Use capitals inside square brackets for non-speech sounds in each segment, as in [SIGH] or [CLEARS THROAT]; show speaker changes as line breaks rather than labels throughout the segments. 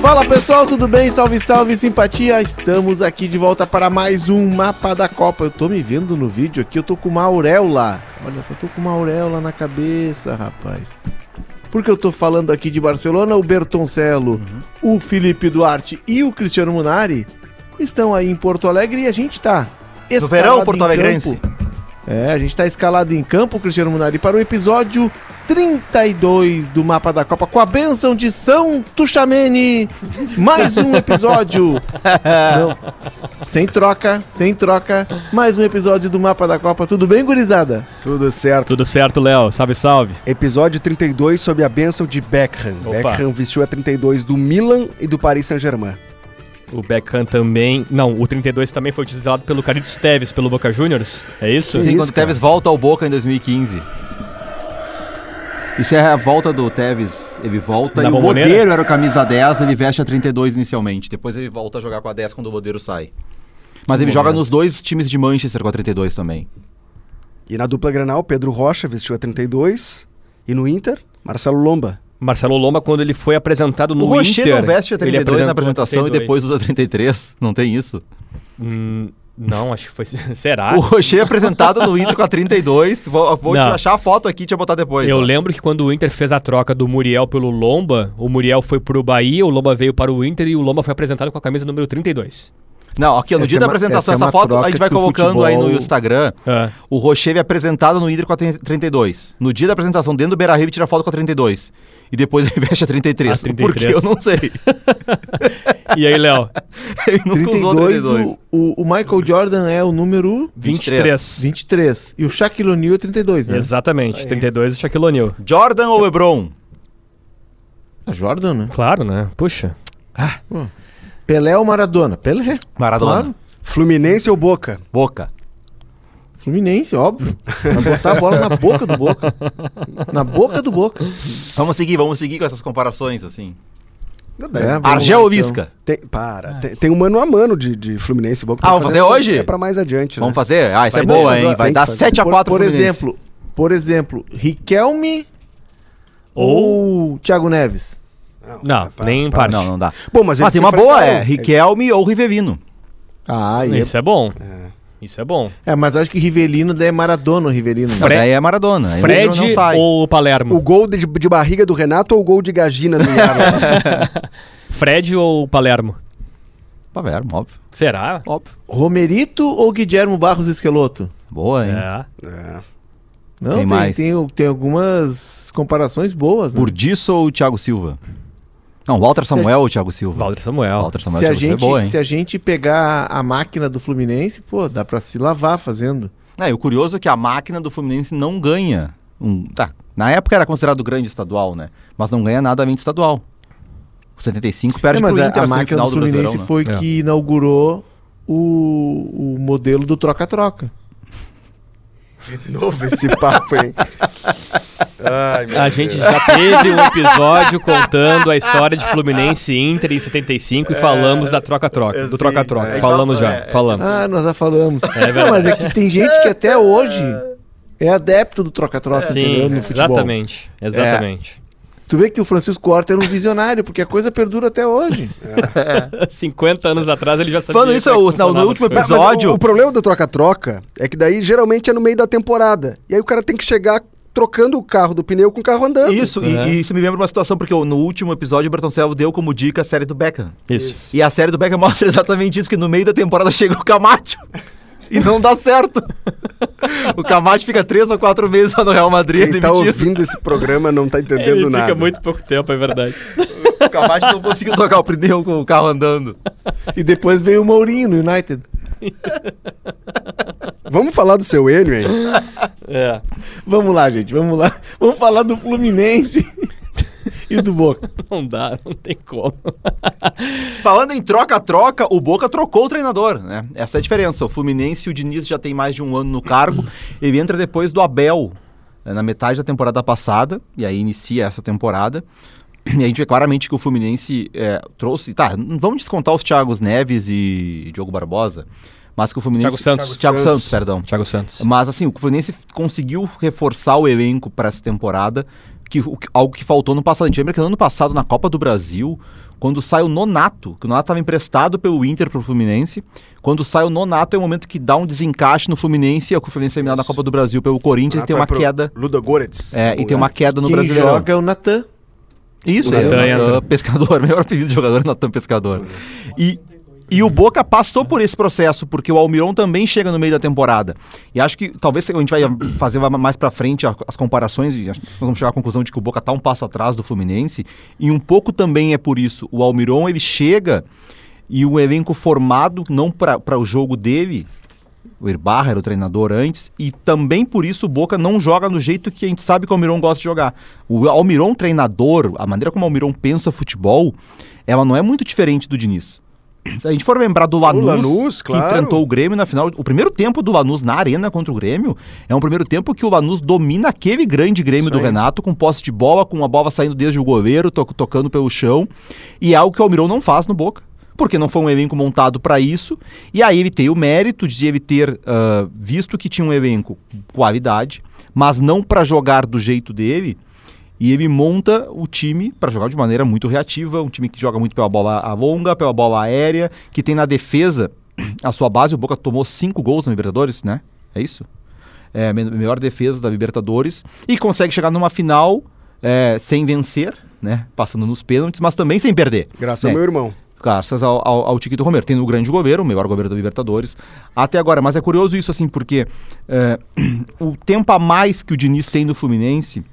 Fala pessoal, tudo bem? Salve, salve, simpatia! Estamos aqui de volta para mais um mapa da Copa. Eu tô me vendo no vídeo aqui, eu tô com uma auréola. Olha só, tô com uma auréola na cabeça, rapaz. Porque eu tô falando aqui de Barcelona, o Bertoncello, o Felipe Duarte e o Cristiano Munari estão aí em Porto Alegre e a gente tá.
No verão porto alegrense.
É, a gente tá escalado em campo, Cristiano Munari, para o episódio 32 do Mapa da Copa, com a bênção de São Tuxamene. Mais um
[LAUGHS]
episódio. Não, sem troca, sem troca. Mais um episódio do Mapa da Copa. Tudo bem, gurizada?
Tudo certo.
Tudo certo, Léo. Salve, salve.
Episódio 32 sob a bênção de Beckham.
Opa.
Beckham vestiu a 32 do Milan e do Paris Saint-Germain.
O Beckham também. Não, o 32 também foi utilizado pelo Carlitos Teves, pelo Boca Juniors. É isso?
Sim.
Sim,
isso,
quando o
cara?
Tevez volta ao Boca em 2015. Isso é a volta do Tevez. Ele volta
Na
e o
Bombonera?
Rodeiro era o camisa 10, ele veste a 32 inicialmente. Depois ele volta a jogar com a 10 quando o Rodeiro sai. Mas ele
Bom,
joga
né?
nos dois times de Manchester com a 32 também.
E na dupla Granal, Pedro Rocha vestiu a 32. E no Inter, Marcelo Lomba.
Marcelo Loma, quando ele foi apresentado no
o Rocher
Inter.
não veste a 32 na apresentação e depois
os.
usa a 32. Não tem isso?
Hum, não, acho que foi. [LAUGHS] Será?
O Rocher é apresentado no Inter com a 32. Vou, vou te
Ah. Não.
achar a foto aqui e te botar depois.
Eu lembro que quando o Inter fez a troca do Muriel pelo Lomba, o Muriel foi pro Bahia, o Lomba veio para o Inter e o Lomba foi apresentado com a camisa número 32.
Não, aqui, ó, no
Essa
dia
é
da
uma- essa
apresentação,
é
essa,
uma
foto a
troca
gente vai
que o
colocando aí no
futebol-
Instagram.
Ah.
O Rocher é apresentado no Inter com a 32. No dia da apresentação, dentro do Beira Rio, tira foto com a 32. E depois [LAUGHS] ele veste a 33.
A
Por
33.
quê? Eu não sei. [LAUGHS]
Ah, E aí, Léo?
Ele nunca usou a
32,
32.
o, o- o Michael Jordan é o número
23.
23. E o Shaquille O'Neal é 32, né?
Exatamente. 32 o Shaquille O'Neal.
Jordan ou Hebron?
Ah, Jordan, né?
Claro, né? Puxa.
Pelé ou Maradona? Pelé.
Maradona.
Claro.
Fluminense ou Boca?
Boca.
Fluminense, óbvio. Vai botar a bola na boca do Boca. Na boca do Boca.
Vamos seguir, vamos seguir com essas comparações, assim.
É, Vamos
Argel
lá,
ou
então.
Lisca?
Tem, para, tem, tem um mano a mano de, de Fluminense e Boca.
Ah,
Tem
vamos
que
fazer hoje?
É pra mais adiante,
Vamos
né?
fazer? Ah, essa é
Vai
boa,
dar-
hein? Vai
tem
dar
que fazer.
7 a
por,
4
por exemplo, por exemplo, Riquelme ou, Thiago Neves?
Não,
pá,
nem em
pá.
parte.
Ah, Não, não dá.
Bom, mas tá
Mas,
eles
tem
se
uma boa,
enfrentaram.
é. Riquelme ou Riverino.
Ah, e
Isso é bom. Isso é bom.
é, mas acho que Rivelino daí é Maradona o Rivelino. né?
Fre-
Daí é Maradona. aí o Pedro
Fred
não sai.
ou Palermo?
O gol de, de barriga do Renato ou o gol
[LAUGHS]
de gagina do Yara?
Fred ou Palermo?
Palermo, óbvio.
Será?
Óbvio.
Romerito ou Guilhermo Barros Esqueloto?
Boa, hein?
É.
é.
Não,
Tem
tem,
mais.
tem- tem algumas comparações boas, né?
Burdiço ou Thiago Silva? Não, Walter Samuel ou Thiago Silva?
Valdir Samuel.
Walter Samuel
Se a,
Thiago Silva
gente,
é boa, hein?
se a gente pegar a máquina do Fluminense, pô, dá pra se lavar fazendo.
É, e o curioso é que a máquina do Fluminense não ganha. Um, tá, na época era considerado grande estadual, né? Mas não ganha nada além de estadual. O 75 perde
É,
pro
mas a,
Inter
a
na
máquina do
semifinal do Brasileirão,
Fluminense
né?
foi
É.
que inaugurou o, o modelo do troca-troca.
De novo esse
[LAUGHS]
papo, hein? Ai, meu
A gente já teve um episódio contando a história de Fluminense e Inter em 75 e falamos da troca-troca, do troca-troca.
é,
falamos
é,
já,
é,
falamos.
Ah, nós já falamos.
verdade.
Não, mas é que tem gente que até hoje é adepto do
é,
troca-troca.
Sim,
entendeu? No futebol.
exatamente, exatamente. [LAUGHS]
Tu vê que o Francisco Horta era um visionário, porque a coisa perdura até hoje.
50 anos atrás ele já sabia
Falando isso,
como é que
o- não, no
funcionava
último
as coisas.
Mas
Episódio.
o, o problema do troca-troca é que daí geralmente é no meio da temporada. E aí o cara tem que chegar trocando o carro do pneu com o carro andando.
Isso, e-
né?
É.
e, isso me lembra uma situação, porque no último episódio o Berton Selvo deu como dica a série do Beckham.
Isso.
E a série do Beckham [LAUGHS] mostra exatamente isso, que no meio da temporada chega o Camacho. [LAUGHS] E não dá certo. [LAUGHS] o Camacho fica três ou quatro meses lá no Real Madrid.
Quem tá
é demitido.
ouvindo esse programa não tá
Ele
entendendo
fica
nada.
muito pouco tempo, é verdade.
O Camacho não conseguiu tocar o pneu com o carro andando.
E depois veio o Mourinho no United.
Vamos falar do seu Enio, hein?
É.
Vamos lá, gente, vamos lá. Vamos falar do Fluminense [LAUGHS] e do Boca.
Não dá, não tem como.
Falando em troca-troca, o Boca trocou o treinador, né? Essa é a diferença. O Fluminense e o Diniz já tem mais de um ano no cargo. Ele entra depois do Abel, né, na metade da temporada passada, e aí inicia essa temporada. E a gente vê claramente que o Fluminense é, trouxe. Tá, não vamos descontar os Thiagos Neves e Diogo Barbosa, mas que o Fluminense.
Thiago Santos.
Thiago
Santos.
Santos, perdão.
Thiago Santos.
Mas assim, o Fluminense conseguiu reforçar o elenco para essa temporada, que, o que- algo que faltou no passado. A gente lembra que no ano passado, na Copa do Brasil, Quando sai o Nonato, que o Nonato estava emprestado pelo Inter pro Fluminense. Quando sai o Nonato é o momento que dá um desencaixe no Fluminense, é o que o Fluminense é eliminado na Copa do Brasil pelo
Ah,
Corinthians e
tá
tem uma queda.
Ludo Goretz.
É, e tem uma queda no
Quem
Brasileirão.
joga é o Natan.
Isso,
O
é,
Natan
Natan
entra.
Pescador, [LAUGHS] melhor apelido de jogador, Natan Pescador. E, e o Boca passou por esse processo, porque o Almiron também chega no meio da temporada. E acho que talvez a gente vai fazer mais pra frente a- as comparações, e acho que nós vamos chegar à conclusão de que o Boca tá um passo atrás do Fluminense, e um pouco também é por isso. O Almiron, ele chega e um elenco formado, não para o jogo dele, o Irbarra era o treinador antes, e também por isso o Boca não joga do jeito que a gente sabe que o Almiron gosta de jogar. O Almiron treinador, a maneira como o Almiron pensa futebol, ela não é muito diferente do Diniz. Se a gente for lembrar do Lanús,
Lanús,
que
claro.
enfrentou o Grêmio na final, o primeiro tempo do Lanús na arena contra o Grêmio é um primeiro tempo que o Lanús domina aquele grande Grêmio do Renato, com posse de bola, com a bola saindo desde o goleiro, to- tocando pelo chão, e é algo que o Almiron não faz no Boca porque não foi um elenco montado para isso. E aí ele tem o mérito de ele ter ah, visto que tinha um elenco com qualidade, mas não para jogar do jeito dele. E ele monta o time para jogar de maneira muito reativa, um time que joga muito pela bola a- longa, pela bola aérea, que tem na defesa [CLEARS THROAT] a sua base. O Boca tomou cinco gols na Libertadores, né? É isso? É, me- melhor defesa da Libertadores e consegue chegar numa final é, sem vencer, né? Passando nos pênaltis, mas também sem perder.
Graças
né?
ao meu irmão.
Graças ao, ao, ao Tiquito Romero. Tendo o grande goleiro, o melhor goleiro da Libertadores até agora. Mas é curioso isso, assim, porque é, [CLEARS THROAT] o tempo a mais que o Diniz tem no Fluminense,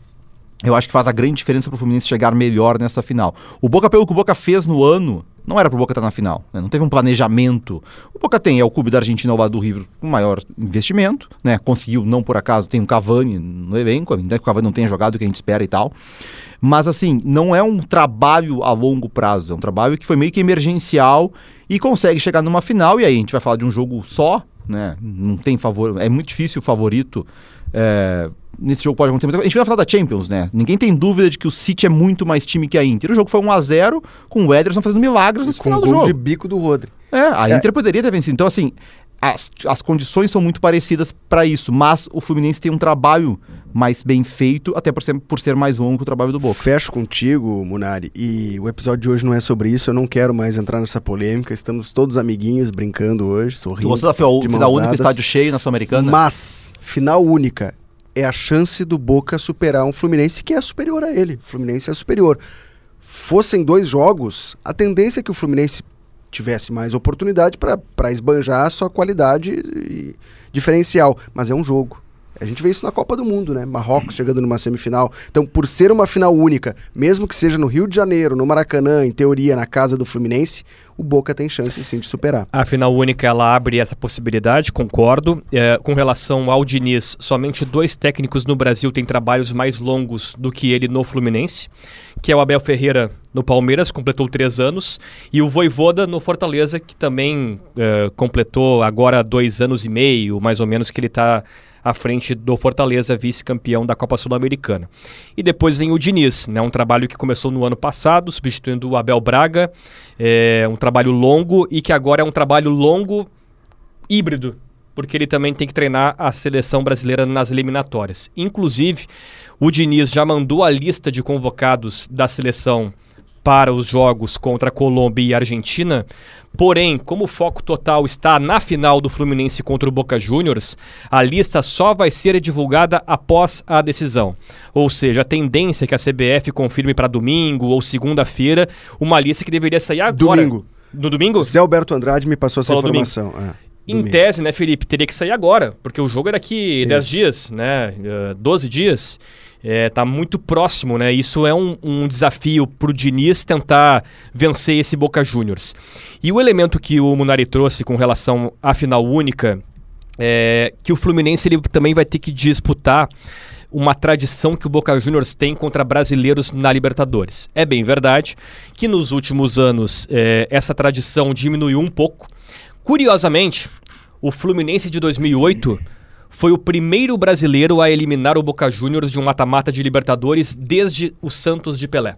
eu acho que faz a grande diferença pro Fluminense chegar melhor nessa final. O Boca, pelo que o Boca fez no ano, não era pro Boca estar na final. né? Não teve um planejamento. O Boca tem, é o clube da Argentina ao lado do River com maior investimento, né? Conseguiu, não por acaso, tem o Cavani no elenco, ainda que o Cavani não tenha jogado o que a gente espera e tal. Mas assim, não é um trabalho a longo prazo, é um trabalho que foi meio que emergencial e consegue chegar numa final, e aí a gente vai falar de um jogo só, né? Não tem favor, é muito difícil o favorito. é, nesse jogo pode acontecer muita coisa. A gente vai na final da Champions, né? Ninguém tem dúvida de que o City é muito mais time que a Inter. O jogo foi 1x0, com o Ederson fazendo milagres no
Com
final
o
do
gol
jogo.
de bico do Rodri.
É, a Inter poderia ter vencido. Então, assim, as, as condições são muito parecidas para isso, mas o Fluminense tem um trabalho mais bem feito, até por ser, por ser mais longo que o trabalho do Boca.
Fecho contigo, Munari, e o episódio de hoje não é sobre isso, eu não quero mais entrar nessa polêmica, estamos todos amiguinhos brincando hoje,
Tu
sorrindo.
gostou da final,
de
final
mãos
única,
dadas.
estádio cheio na Sul-Americana?
Mas, final única, é a chance do Boca superar um Fluminense que é superior a ele. O Fluminense é superior. Fossem dois jogos, a tendência é que o Fluminense tivesse mais oportunidade para esbanjar a sua qualidade e- diferencial. Mas é um jogo. A gente vê isso na Copa do Mundo, né? Marrocos chegando numa semifinal. Então, por ser uma final única, mesmo que seja no Rio de Janeiro, no Maracanã, em teoria, na casa do Fluminense, o Boca tem chance sim de superar.
A final única ela abre essa possibilidade, concordo. É, com relação ao Diniz, somente dois técnicos no Brasil têm trabalhos mais longos do que ele no Fluminense, que é o Abel Ferreira no Palmeiras, completou três anos, e o Voivoda no Fortaleza, que também é, completou agora dois anos e meio, mais ou menos, que ele tá, está à frente do Fortaleza, vice-campeão da Copa Sul-Americana. E depois vem o Diniz, né? um trabalho que começou no ano passado, substituindo o Abel Braga, é um trabalho longo e que agora é um trabalho longo híbrido, porque ele também tem que treinar a seleção brasileira nas eliminatórias. Inclusive, o Diniz já mandou a lista de convocados da seleção para os jogos contra a Colômbia e a Argentina. Porém, como o foco total está na final do Fluminense contra o Boca Juniors, a lista só vai ser divulgada após a decisão. Ou seja, a tendência é que a CBF confirme para domingo ou segunda-feira uma lista que deveria sair agora.
Domingo.
No domingo?
Zé Alberto Andrade me passou essa
Falou domingo.
informação. Ah,
Em
domingo.
tese, né, Felipe, teria que sair agora, porque o jogo é daqui 10 dias, né? eh, 12 dias. É, tá muito próximo, né? Isso é um, um desafio pro Diniz tentar vencer esse Boca Juniors. E o elemento que o Munari trouxe com relação à final única é que o Fluminense ele também vai ter que disputar uma tradição que o Boca Juniors tem contra brasileiros na Libertadores. É bem verdade que nos últimos anos eh, essa tradição diminuiu um pouco. Curiosamente, o Fluminense de 2008 foi o primeiro brasileiro a eliminar o Boca Juniors de um mata-mata de Libertadores desde o Santos de Pelé.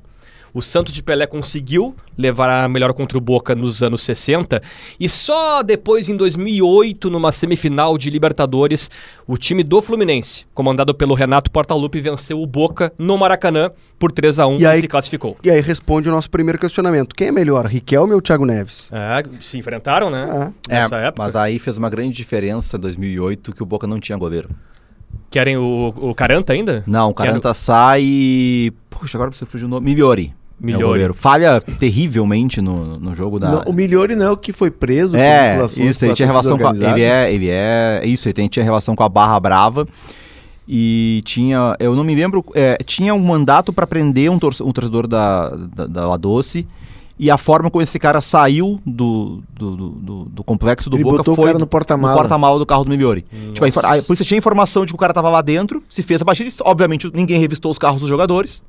O Santos de Pelé conseguiu levar a melhor contra o Boca nos anos 60 e só depois, em 2008, numa semifinal de Libertadores, o time do Fluminense, comandado pelo Renato Portaluppi, venceu o Boca no Maracanã por 3 a 1
E
e,
aí-
se classificou.
E aí responde o nosso primeiro questionamento. Quem é melhor, Riquelme ou Thiago Neves?
Ah, se enfrentaram, né? Nessa época.
É, Mas aí fez uma grande diferença em 2008 que o Boca não tinha goleiro.
Querem o, o Caranta ainda?
Não, o
Quero-
Caranta sai e. Poxa, agora você fugiu o nome. Migliori.
Migliori.
É o goleiro. Falha terrivelmente no, no jogo da.
Não, o Migliori não é o que foi preso
É,
vinculações
isso, ele
a
tinha
torcida
relação com a, ele
tá organizada? né?
é, ele é, isso, ele tem- tinha relação com a Barra Brava e tinha, eu não me lembro, é, tinha um mandato para prender um, torce- um torcedor da, da, da La Doce e a forma como esse cara saiu do, do, do- do- do complexo do
Ele
Boca
botou o
foi
cara no porta-mala.
porta-mala do carro do Migliori. Tipo, a, infor- a polícia tinha informação de que o cara tava lá dentro, se fez a batida, e, obviamente ninguém revistou os carros dos jogadores.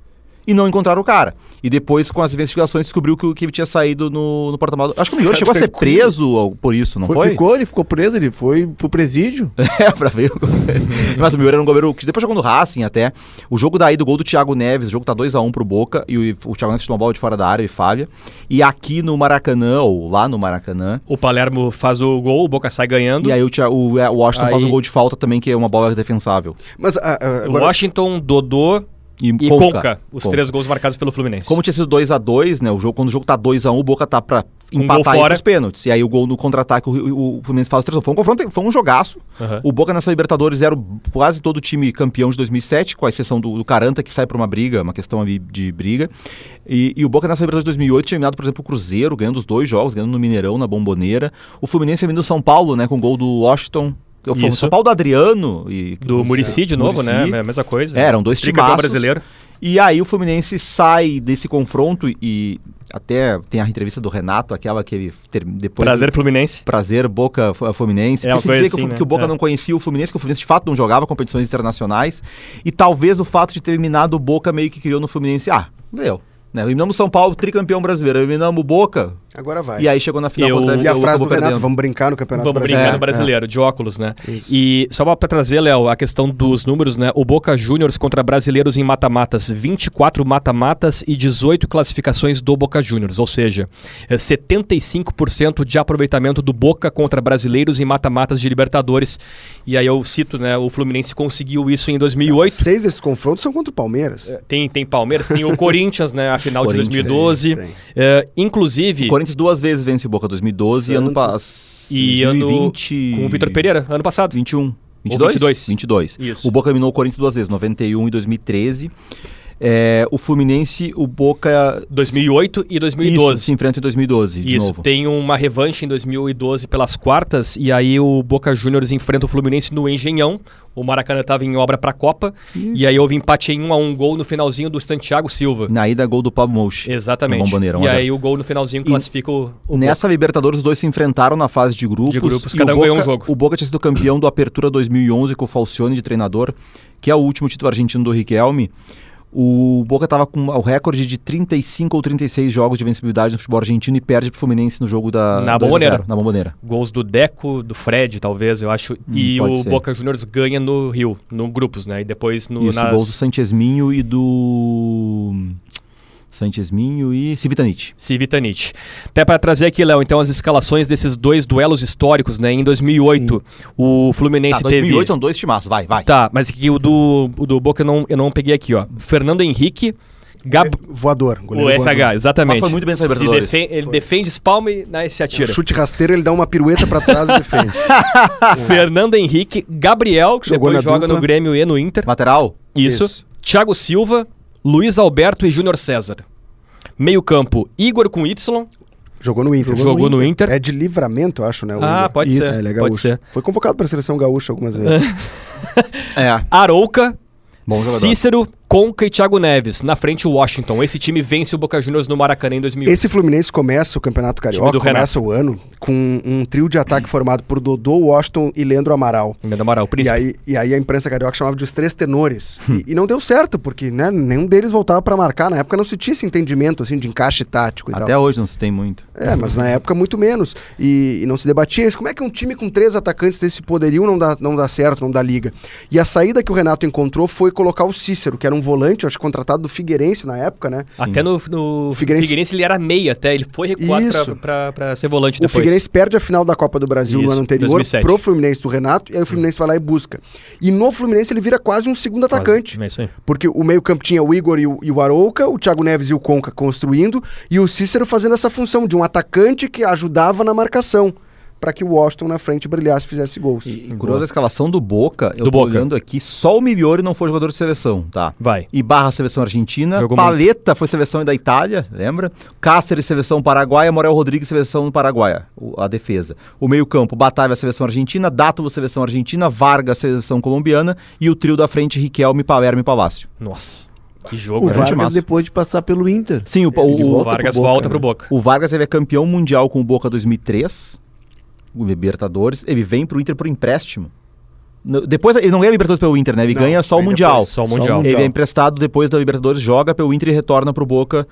E não encontraram o cara. E depois, com as investigações, descobriu que, o- que ele tinha saído no, no porta-malas. Acho que o Migliori
Cara,
chegou a
tipo, é
ser
tranquilo.
preso preso ao- por isso, não
Foi-
foi?
Ficou, ele ficou preso, ele foi pro presídio.
[LAUGHS] É, pra ver. o goleiro. Mas o Miura era um goleiro que depois jogou no Racing até. O jogo daí do gol do Thiago Neves, o jogo tá 2x1 pro Boca, e o, o Thiago Neves toma uma bola de fora da área e falha. E aqui no Maracanã, ou lá no Maracanã,
O Palermo faz o gol, o Boca sai ganhando.
e aí o, Thi- o, é, o Washington
Aí-
faz um gol de falta também, que é uma bola defensável.
Mas ah, ah,
O
agora,
Washington, Dodô
E,
e Conca,
Conca.
os
Conca.
três gols marcados pelo Fluminense.
Como tinha sido 2x2, né? O jogo, quando o jogo tá 2x1, o Boca tá pra
Um
empatar
gol
aí
fora.
pros pênaltis. E aí o gol no contra-ataque, o, o, o Fluminense faz o 3 Foi um confronto, foi um jogaço.
Aham.
O Boca nessa Libertadores era o- quase todo o time campeão de 2007, com a exceção do, do Caranta, que sai pra uma briga, uma questão ali de briga. E, e o Boca nessa Libertadores de 2008 tinha eliminado, por exemplo, o Cruzeiro, ganhando os dois jogos, ganhando no Mineirão, na Bomboneira. O Fluminense vindo do São Paulo, né? Com o gol do Washington. que foi o
Isso.
São Paulo do Adriano. E,
Do Murici de novo,
Muricy.
né? É a mesma coisa.
É, eram dois
Tricampeão
timaços.
brasileiro.
E aí o Fluminense sai desse confronto e até tem a entrevista do Renato, aquela que ele ter- depois
Prazer Fluminense.
prazer Boca Fu- Fluminense.
É,
Porque
uma
se
coisa
dizia que, o
assim,
Fu-
né?
que o Boca
É.
não conhecia o Fluminense, que o Fluminense de fato não jogava competições internacionais. E talvez o fato de ter eliminado o Boca meio que criou no Fluminense. Ah, veio. Né? Eliminamos São Paulo, tricampeão brasileiro. Eliminamos o Boca
agora vai.
e aí chegou na final
Eu-
contra
E
E
o
a
Boca
frase do Renato,
perdendo.
vamos brincar no Campeonato
Vamos
Brasileiro.
brincar no
É,
brasileiro, de óculos, né?
Isso.
E só pra trazer, Léo, a questão dos números, né? O Boca Juniors contra brasileiros em mata-matas, 24 mata-matas e 18 classificações do Boca Juniors, ou seja, é 75% de aproveitamento do Boca contra brasileiros em mata-matas de Libertadores. E aí eu cito, né? O Fluminense conseguiu isso em 2008.
Seis desses confrontos são contra o Palmeiras.
É, Tem, tem Palmeiras, tem
[LAUGHS]
o Corinthians, né? A final de
Corinthians,
2012.
tem.
É, inclusive.
O Corinthians duas vezes vence o Boca 2012 e ano passado.
E ano com o Vitor Pereira, ano passado.
21.
Ou
22?
22.
22.
Isso.
O Boca eliminou o Corinthians duas vezes, 91 e 2013. É, o Fluminense, o Boca.
2008 e
Isso,
2012.
se enfrenta em 2012, de
Isso,
novo.
tem uma revanche em 2012 pelas quartas, e aí o Boca Juniors enfrenta o Fluminense no Engenhão. O Maracanã estava em obra para a Copa, e aí houve empate em 1 a 1 gol no finalzinho do Santiago Silva.
Na ida, gol do Pablo Mouche.
Exatamente.
No Bomboneirão,
e
um a
aí o gol no finalzinho classifica o, o
Nessa Libertadores, os dois se enfrentaram na fase de grupos.
De grupos,
e
cada
o
um ganhou
Boca-
um jogo.
O Boca tinha sido campeão do Apertura 2011 com o Falcione de treinador, que é o último título argentino do Riquelme. O Boca estava com o recorde de 35 ou 36 jogos de vencibilidade no futebol argentino e perde pro Fluminense no jogo da 2 a
Na
0,
Bombonera.
Na Bomboneira.
Gols do Deco, do Fred, talvez, eu acho. e
Hum, pode
o
ser.
Boca Juniors ganha no Rio, no grupos, né? E depois no
Isso,
nas-
gols do Sanchezminho e do. Sanchezminho e Civitanite.
Civitanite. Até para trazer aqui, Léo, então as escalações desses dois duelos históricos, né? Em 2008, o Fluminense
Tá,
teve
2008 são dois timaços, vai, vai.
Tá, mas aqui o do, o do Boca eu não, eu não peguei aqui, ó. Fernando Henrique, Gab...
é
Voador,
o
goleiro voador.
FH, exatamente.
Mas Ah, foi muito bem essa
Se
Libertadores.
defen- Ele defende, espalma e né, se atira.
Chute rasteiro, ele dá uma pirueta pra trás e
[LAUGHS]
defende.
Fernando Henrique, Gabriel, que
Jogou
depois
na
joga
dupla.
no Grêmio e no Inter.
Lateral?
Isso.
Isso.
Thiago Silva, Luiz Alberto e Júnior César. Meio campo, Igor com Y.
Jogou no Inter.
Jogou no Inter.
É de livramento, eu acho, né? o
Ah,
Igor.
pode
Isso.
ser,
É, ele é
pode
gaúcho.
ser.
Foi convocado pra seleção gaúcha algumas
[LAUGHS]
vezes.
É.
Arouca,
Bom jogador.
Cícero, Conca e Thiago Neves. Na frente, o Washington. Esse time vence o Boca Juniors no Maracanã em 2008.
Esse Fluminense começa o Campeonato Carioca,
do Renato.
começa o ano, com um trio de ataque formado por Dodô, Washington e Leandro Amaral.
Leandro Amaral, o
E
príncipe. Hum.
aí, e aí a imprensa carioca chamava de os três tenores. E, e não deu certo, porque né, nenhum deles voltava pra marcar. Na época não se tinha esse entendimento assim, de encaixe tático e tal.
Até hoje não se tem muito.
É, mas na época muito menos. E, e não se debatia isso. Como é que um time com três atacantes desse poderio não dá, não dá certo, não dá liga? E a saída que o Renato encontrou foi colocar o Cícero, que era um um volante, eu acho, contratado do Figueirense na época, né?
Até no, no Figueirense...
Figueirense-
ele era meia até, ele foi recuado pra,
Isso.
pra- pra ser volante
O
depois.
Figueirense perde a final da Copa do Brasil no
Isso,
ano anterior
2007. Hum.
pro Fluminense do Renato, e aí o Fluminense vai lá e busca. E no Fluminense ele vira quase um segundo
Quase.
atacante.
É isso aí.
Porque o meio-campo tinha o Igor e o, e o Arouca, o Thiago Neves e o Conca construindo, e o Cícero fazendo essa função de um atacante que ajudava na marcação, para que o Washington na frente brilhasse e fizesse gols.
E, curiosa a escalação do Boca, eu
Do
tô
Boca.
olhando aqui, só o Migliori não foi jogador de seleção, tá?
Vai.
E Barra, seleção argentina.
Jogou
Paleta foi seleção da Itália, lembra? Cáceres, seleção paraguaia. Morel Rodrigues, seleção do Paraguai, o- a defesa. O meio-campo, Batavia, seleção argentina. Dátulo, seleção argentina. Vargas, seleção colombiana. E o trio da frente, Riquelme, Palermo e Palácio.
Nossa, que
O
jogo, né?
Vargas
timaço.
depois de passar pelo Inter.
Sim, o,
Ele
o,
O
o,
volta pro
Vargas
Boca,
volta
né?
pro Boca.
o Vargas ele é campeão mundial com o Boca 2003, o Libertadores. Ele vem pro Inter por empréstimo. No- depois ele não ganha a Libertadores pelo Inter, né? Ele
Não,
ganha só o
vem
Mundial.
Só o Mundial.
Ele é emprestado depois da Libertadores, joga pelo Inter e retorna pro Boca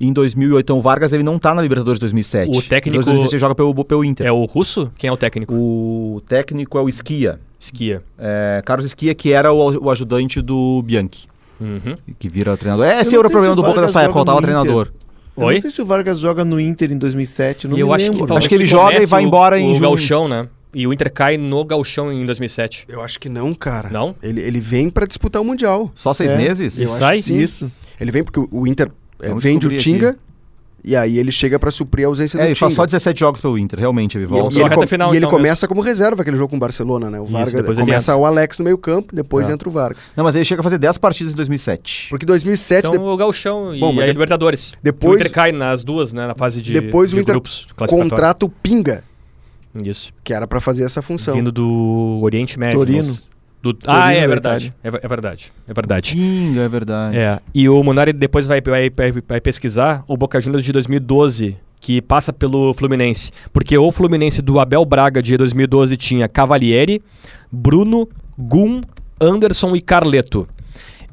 em 2008. Então o Vargas ele não tá na Libertadores 2007.
O técnico-
Em 2007 ele joga pelo, pelo Inter.
É o russo? Quem é o técnico?
O técnico é o Esquia.
Esquia.
É, Carlos Esquia, que era o, o ajudante do Bianchi,
Uhum.
que vira treinador. É,
não
Esse
sei
era o
se
problema
o
do Boca
Vargas
nessa época,
joga
faltava
no Inter.
treinador.
Eu
Oi?
não sei se o Vargas joga no Inter em 2007, não
E eu
me
acho que,
lembro.
talvez
Acho que ele joga
comece
e vai
o-
embora em
o
junho.
Galchão, né? E o Inter cai no Galchão em 2007.
Eu acho que não, cara.
Não?
Ele, ele vem para disputar o Mundial.
Só seis
É.
meses?
Eu acho
Sai?
que sim.
Isso.
Ele vem porque o- o Inter eh,
Vamos
vende o
descobrir
Tinga e aí ele chega para suprir a ausência
É,
do
ele faz
Tinga.
só 17 jogos pelo Inter, realmente, ele
E,
volta.
e ele,
reta
com-
final,
e ele
então,
começa como reserva aquele jogo com o Barcelona, né? O
Isso,
Vargas
depois ele
começa o Alex no meio-campo, depois entra o Vargas.
Não, mas ele chega a fazer 10 partidas em 2007.
Porque 2007
Então
de-
o Galchão e
Bom, mas
a
de-
Libertadores.
depois-
o Inter cai nas duas, né? Na fase de,
depois
de
o Inter
grupos classificatórios.
contrata o Pinga,
Isso.
que era para fazer essa função.
Vindo do Oriente Médio.
Torino.
nossa. Do... Ah, é
da
verdade. É, ver- é verdade. É verdade.
Tinga, é verdade.
É, e o Munari depois vai, vai, vai- vai pesquisar o Boca Juniors de 2012, que passa pelo Fluminense. Porque o Fluminense do Abel Braga de 2012 tinha Cavalieri, Bruno, Gum, Anderson e Carleto.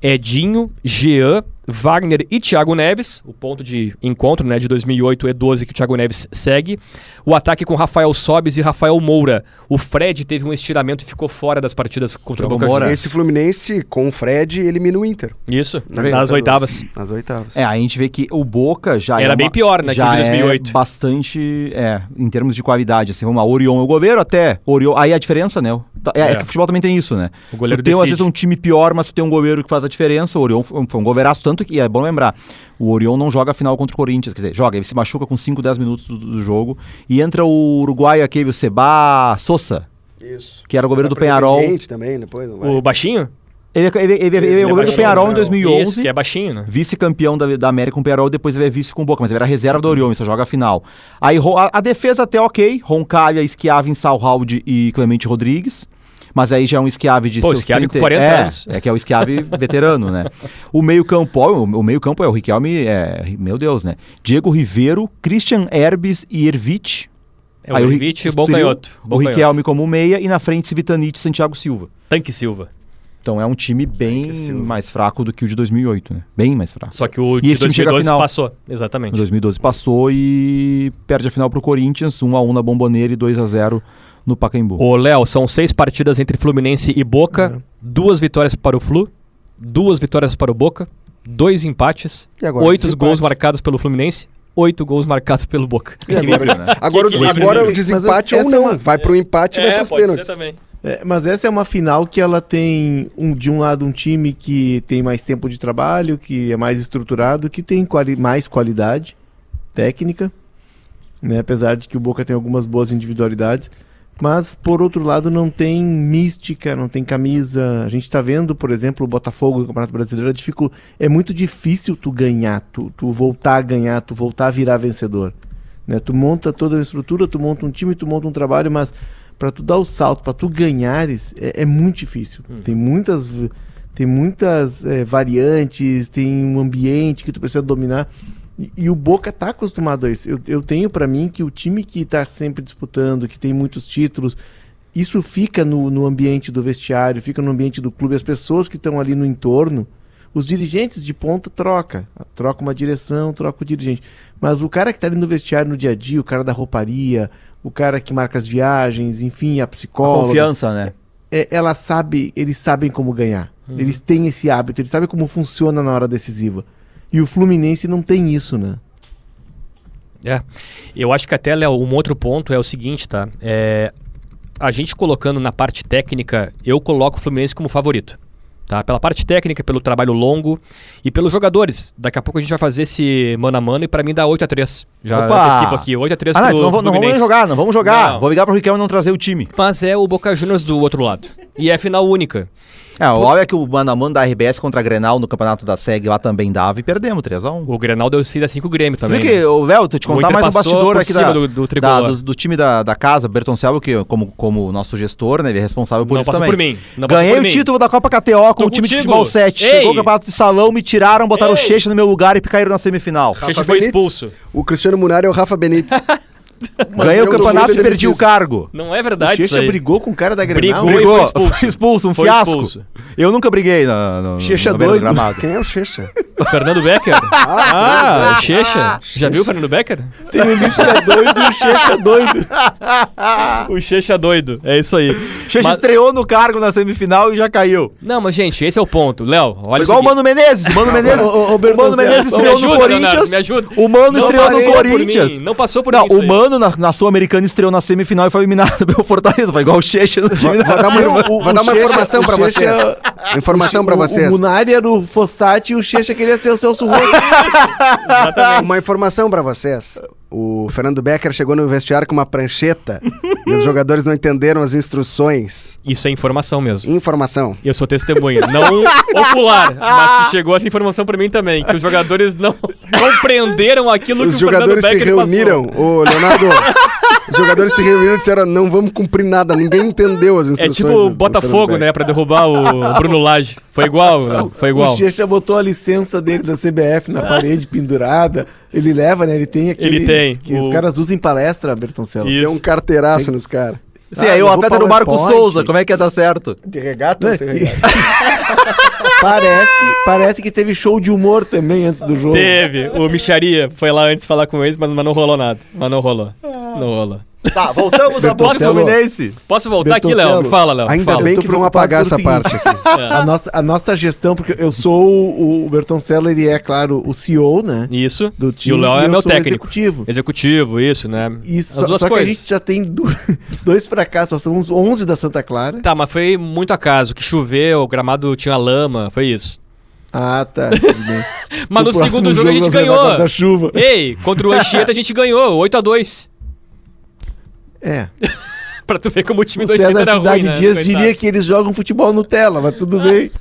Edinho, Jean, Wagner e Thiago Neves, o ponto de encontro né, de 2008 e 12 que o Thiago Neves segue. O ataque com Rafael Sobes e Rafael Moura. O Fred teve um estiramento e ficou fora das partidas contra
Thiago
o Boca
Moura.
Juniors.
Esse Fluminense, com o Fred, elimina o Inter.
Isso,
na Libertadores.
nas oitavas.
Nas oitavas.
É, a gente vê que o Boca já é
Era
uma-
bem pior, né, que
já
o de 2008.
É bastante, é, em termos de qualidade, assim, vamos lá, Orion é o goleiro até, Orion, aí a diferença, né? o- tá- É, é
É.
que o futebol também tem isso, né?
O goleiro
tu tem, às
decide.
vezes, um time pior, mas tu tem um goleiro que faz a diferença, o Orion foi um- foi um goleiraço, tanto que, é bom lembrar, o Orion não joga a final contra o Corinthians, quer dizer, joga, ele se machuca com 5, 10 minutos do, do jogo, e entra o uruguaio aquele, o Seba Sosa,
Isso.
que era o goleiro do
Pra
Penharol.
Independente também, depois não vai.
O baixinho?
Ele, ele, ele, ele é
Esse
o goleiro do
é baixão,
Penharol em
não.
2011.
Isso, que é baixinho, né?
Vice-campeão da, da América com o Penarol, depois ele é vice com o Boca, mas ele era reserva do Orion, só joga a final. Aí ro- a, a defesa até ok, Roncalha, Esquiave, Salhaldi e Clemente Rodrigues. Mas aí já é um Esquiave de
Pô,
seus
Schiavi com 40
é,
anos.
É que é o
[LAUGHS]
Esquiave veterano, né? O meio-campo, ó, o, o meio-campo é o Riquelme, é, meu Deus, né? Diego Ribeiro, Christian Herbes e Ervite.
É o Rivit e o Bom Canhoto.
O
Bom canhoto.
Riquelme como meia e na frente Civitanite e Santiago Silva.
Tanque Silva.
Então é um time bem
Silva.
mais fraco do que o de 2008, né? Bem mais fraco.
Só que o
E
de
esse time chega à
2012
final.
passou. Exatamente.
Em 2012 passou e perde a final pro Corinthians, 1x1 na Bomboneira e 2x0 no Pacaembu.
Ô, Léo, são seis partidas entre Fluminense e Boca.
É.
Duas vitórias para o Flu. Duas vitórias para o Boca. Dois empates.
E agora,
oito
desempate.
gols marcados pelo Fluminense. Oito gols marcados pelo Boca.
E agora,
né?
agora,
Que equilíbrio.
agora o
Mas
desempate
essa
ou
é
não.
uma-
Vai pro empate e vai pras pênaltis.
É, também.
É, mas essa é uma final que ela tem um, de um lado um time que tem mais tempo de trabalho, que é mais estruturado, que tem quali- mais qualidade técnica, né? apesar de que o Boca tem algumas boas individualidades, mas por outro lado não tem mística, não tem camisa. A gente está vendo, por exemplo, o Botafogo no Campeonato Brasileiro, é dificu- é muito difícil tu ganhar, tu, tu voltar a ganhar, tu voltar a virar vencedor. Né? Tu monta toda a estrutura, tu monta um time, tu monta um trabalho, mas para tu dar o salto, para tu ganhares, é, é muito difícil. Tem muitas, v- tem muitas eh, variantes, tem um ambiente que tu precisa dominar. E, e o Boca tá acostumado a isso. Eu, eu tenho para mim que o time que tá sempre disputando, que tem muitos títulos, isso fica no, no ambiente do vestiário, fica no ambiente do clube, as pessoas que estão ali no entorno. Os dirigentes de ponta troca, troca uma direção, troca o dirigente. Mas o cara que tá ali no vestiário no dia a dia, o cara da rouparia, o cara que marca as viagens, enfim, a
A
psicóloga,
confiança, né?
é, ela sabe, eles sabem como ganhar. Eles têm esse hábito, eles sabem como funciona na hora decisiva. E o Fluminense não tem isso, né?
É. Eu acho que até, Léo, um outro ponto é o seguinte, tá? É, a gente colocando na parte técnica, eu coloco o Fluminense como favorito. Tá? Pela parte técnica, pelo trabalho longo e pelos jogadores. Daqui a pouco a gente vai fazer esse mano a mano e pra mim dá 8 a 3 Já
Opa!
antecipo aqui, 8 a 3
Ah, não,
pro
então não, vou- não vamos
Fluminense.
jogar, não vamos jogar.
Não.
Vou ligar pro Riquelme e não trazer o time.
Mas é o Boca Juniors do outro lado. E é final única.
É, o óbvio é que o mano a mano da RBS contra a Grenal no campeonato da SEG lá também dava e perdemos 3x1.
O Grenal deu 6 a 5 o Grêmio
Tu viu
também. né?
que, ô, Véu, tu te
O
contar
Inter
mais um
passou
bastidor
por
aqui
cima
da,
do- do
da-
tricolor.
do, do time da, da casa, Berton Selva, que como, como nosso gestor, né, ele é responsável por
Não
isso
passou
também.
por mim, não passou
Ganhei
por
o
mim.
título da Copa KTO com
Tô
o time de
contigo.
futebol 7.
Ei!
Chegou o campeonato de salão, me tiraram, botaram o
Ei!
Cheche no meu lugar e caíram na semifinal.
O Cheche foi
Benítez.
expulso.
O Cristiano Munari é o Rafa Benítez.
Ganhei o
Ganhou do
campeonato e
Grêmio
perdi o cargo.
Não é
O
verdade isso
Checha
aí.
brigou com o cara da Grenal.
Brigou.
Brigou,
foi
expulso. [LAUGHS]
expulso.
um
Foi
fiasco.
expulso.
Eu nunca briguei na, na,
Checha
na beira do
doido.
[LAUGHS]
gramado.
Quem é o Checha?
O Fernando [LAUGHS] Becker? ah, o Checha. Já viu o Fernando Becker?
Tem um bicho que é doido e o Checha é doido.
O Checha doido. É isso aí.
Cheche
Mas-
estreou no cargo na semifinal e já caiu.
Não, mas gente, esse é o ponto. Léo, olha
Foi igual o
seguinte.
Mano Menezes.
[LAUGHS]
O Mano Menezes,
ô, ô,
o
Berton
Mano Menezes
Selva,
estreou no
me ajuda, Leonardo,
Corinthians.
me ajuda.
O Mano
Não
estreou no
passou por mim,
Corinthians.
não passou por
não,
mim isso
o
aí.
Mano na, na Sul-Americana estreou na semifinal e foi eliminado [LAUGHS] pelo Fortaleza. Foi igual o Cheche no time né?
[LAUGHS] Vou,
da...
vou dar uma,
O- o-
vou dar uma
o Checha-
informação pra
o Checha
vocês. Informação pra
O-
vocês.
O Munari era o Fossati e o Checha queria ser o Celso Roth.
Uma informação pra vocês. O Fernando Becker chegou no vestiário com uma prancheta e os jogadores não entenderam as instruções.
Isso é informação mesmo.
Informação.
Eu sou testemunha, não [LAUGHS] ocular, mas que chegou essa informação pra mim também, que os jogadores não [LAUGHS] compreenderam aquilo que
Os
o Fernando
jogadores se
Becker
reuniram.
Passou.
Ô,
[LAUGHS]
Leonardo, os jogadores se reuniram e disseram: não vamos cumprir nada, ninguém entendeu as
É
instruções.
tipo
do-
o
do
Botafogo,
Fernando
né, Pra derrubar o Bruno Lage. Foi igual, Léo, [LAUGHS] foi igual. Ah.
O Checha botou a licença dele da CBF na parede pendurada. Ele leva, né? Ele tem aquele.
tem.
Que
O-
os caras usam em palestra, Bertoncello.
Becker. Deu um
Isso.
carteiraço nos caras.
Sim, aí
Ah,
o
levou
atleta era o Marco
PowerPoint.
Souza. Como é que ia dar certo?
De regata?
é
Não, e- [LAUGHS] parece, parece que teve show de humor também antes do jogo.
Teve, o Micharia foi lá antes falar com eles, mas, mas não rolou nada, mas não rolou,
Ah.
não rolou.
Tá, voltamos ao ponto
Bertoncello.
Fluminense.
Voltar aqui,
Bertoncello.
Léo, fala, Léo,
Ainda
fala.
Eu
bem
tô
que vão
preocupado
apagar
pelo
essa
seguinte.
parte
[LAUGHS]
aqui.
Ah.
A nossa, a nossa gestão, porque eu sou o, o Bertoncello, ele é, claro, o CEO, né?
É. Isso,
Do
e o
time,
Léo
e
é
eu
meu
sou o
técnico.
executivo.
Executivo, isso, né?
Isso,
As duas
só que a
coisas.
gente já tem du- [LAUGHS] dois fracassos, nós somos 11 da Santa Clara.
Tá, mas foi muito acaso, que choveu, o gramado tinha lama, foi isso.
Ah,
[LAUGHS]
tá. tudo bem.
Mas no,
próximo
segundo jogo, a gente
nós vamos levar
ganhou.
guarda-chuva.
Ei, contra o Anchieta a gente ganhou, 8x2.
É.
[LAUGHS] Pra tu ver como o time
O
do Anchieta
César
era
Cidade
ruim, né?
Dias
Coitado.
diria que eles jogam futebol Nutella, mas
[LAUGHS]
tudo bem.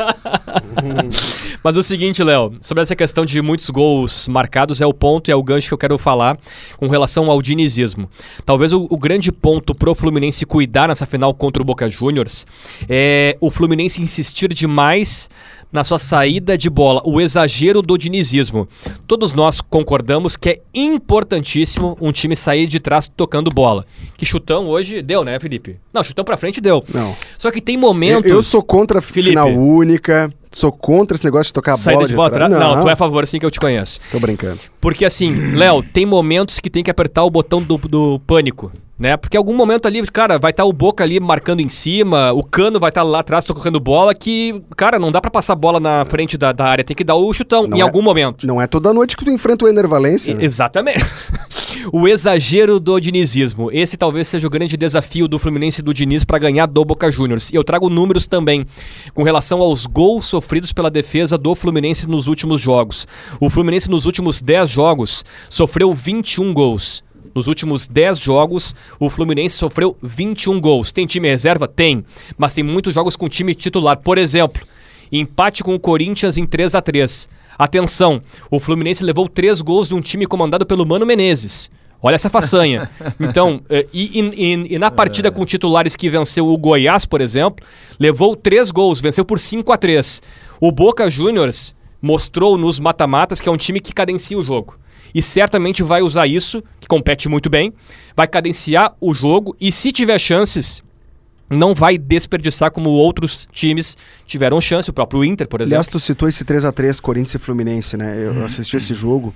Mas o seguinte, Léo, sobre essa questão de muitos gols marcados, é o ponto, é o gancho que eu quero falar com relação ao dinizismo. Talvez o, o grande ponto pro Fluminense cuidar nessa final contra o Boca Juniors é o Fluminense insistir demais na sua saída de bola, o exagero do dinizismo. Todos nós concordamos que é importantíssimo um time sair de trás tocando bola. Que chutão hoje deu, né, Felipe? Não, chutão pra frente deu.
Não.
Só que tem
Eu,
momentos...
eu sou contra
Felipe.
final única, sou contra esse negócio de tocar a
Saída
bola
de bola atrás?
trás.
Não, tu é a favor, assim que eu te conheço.
Tô brincando.
Porque assim, Léo, tem momentos que tem que apertar o botão do, do pânico, né? Porque algum momento ali, cara, vai estar o Boca ali marcando em cima, o Cano vai estar lá atrás tocando bola, que, cara, não dá pra passar a bola na frente da, da área, tem que dar o chutão
Não
em
é-
algum momento.
Não é toda noite que tu enfrenta o Ener Valência. né?
Exatamente. [LAUGHS] o exagero do dinizismo. Esse talvez seja o grande desafio do Fluminense e do Diniz para ganhar do Boca Juniors. E eu trago números também com relação aos gols sofridos pela defesa do Fluminense nos últimos jogos. O Fluminense nos últimos 10 jogos sofreu 21 gols. Nos últimos 10 jogos, o Fluminense sofreu 21 gols. Tem time reserva? Tem. Mas tem muitos jogos com time titular. Por exemplo, Empate com o Corinthians em 3 a 3 Atenção, o Fluminense levou três gols de um time comandado pelo Mano Menezes. Olha essa façanha. Então, eh, e, e- e- e na partida com titulares que venceu o Goiás, por exemplo, levou três gols, venceu por 5 a 3 O Boca Juniors mostrou nos mata-matas que é um time que cadencia o jogo. E certamente vai usar isso, que compete muito bem, vai cadenciar o jogo e se tiver chances, não vai desperdiçar como outros times tiveram chance, o próprio Inter, por exemplo. Uhum.
Aliás, tu citou esse 3x3 Corinthians e Fluminense, né? Eu assisti esse jogo.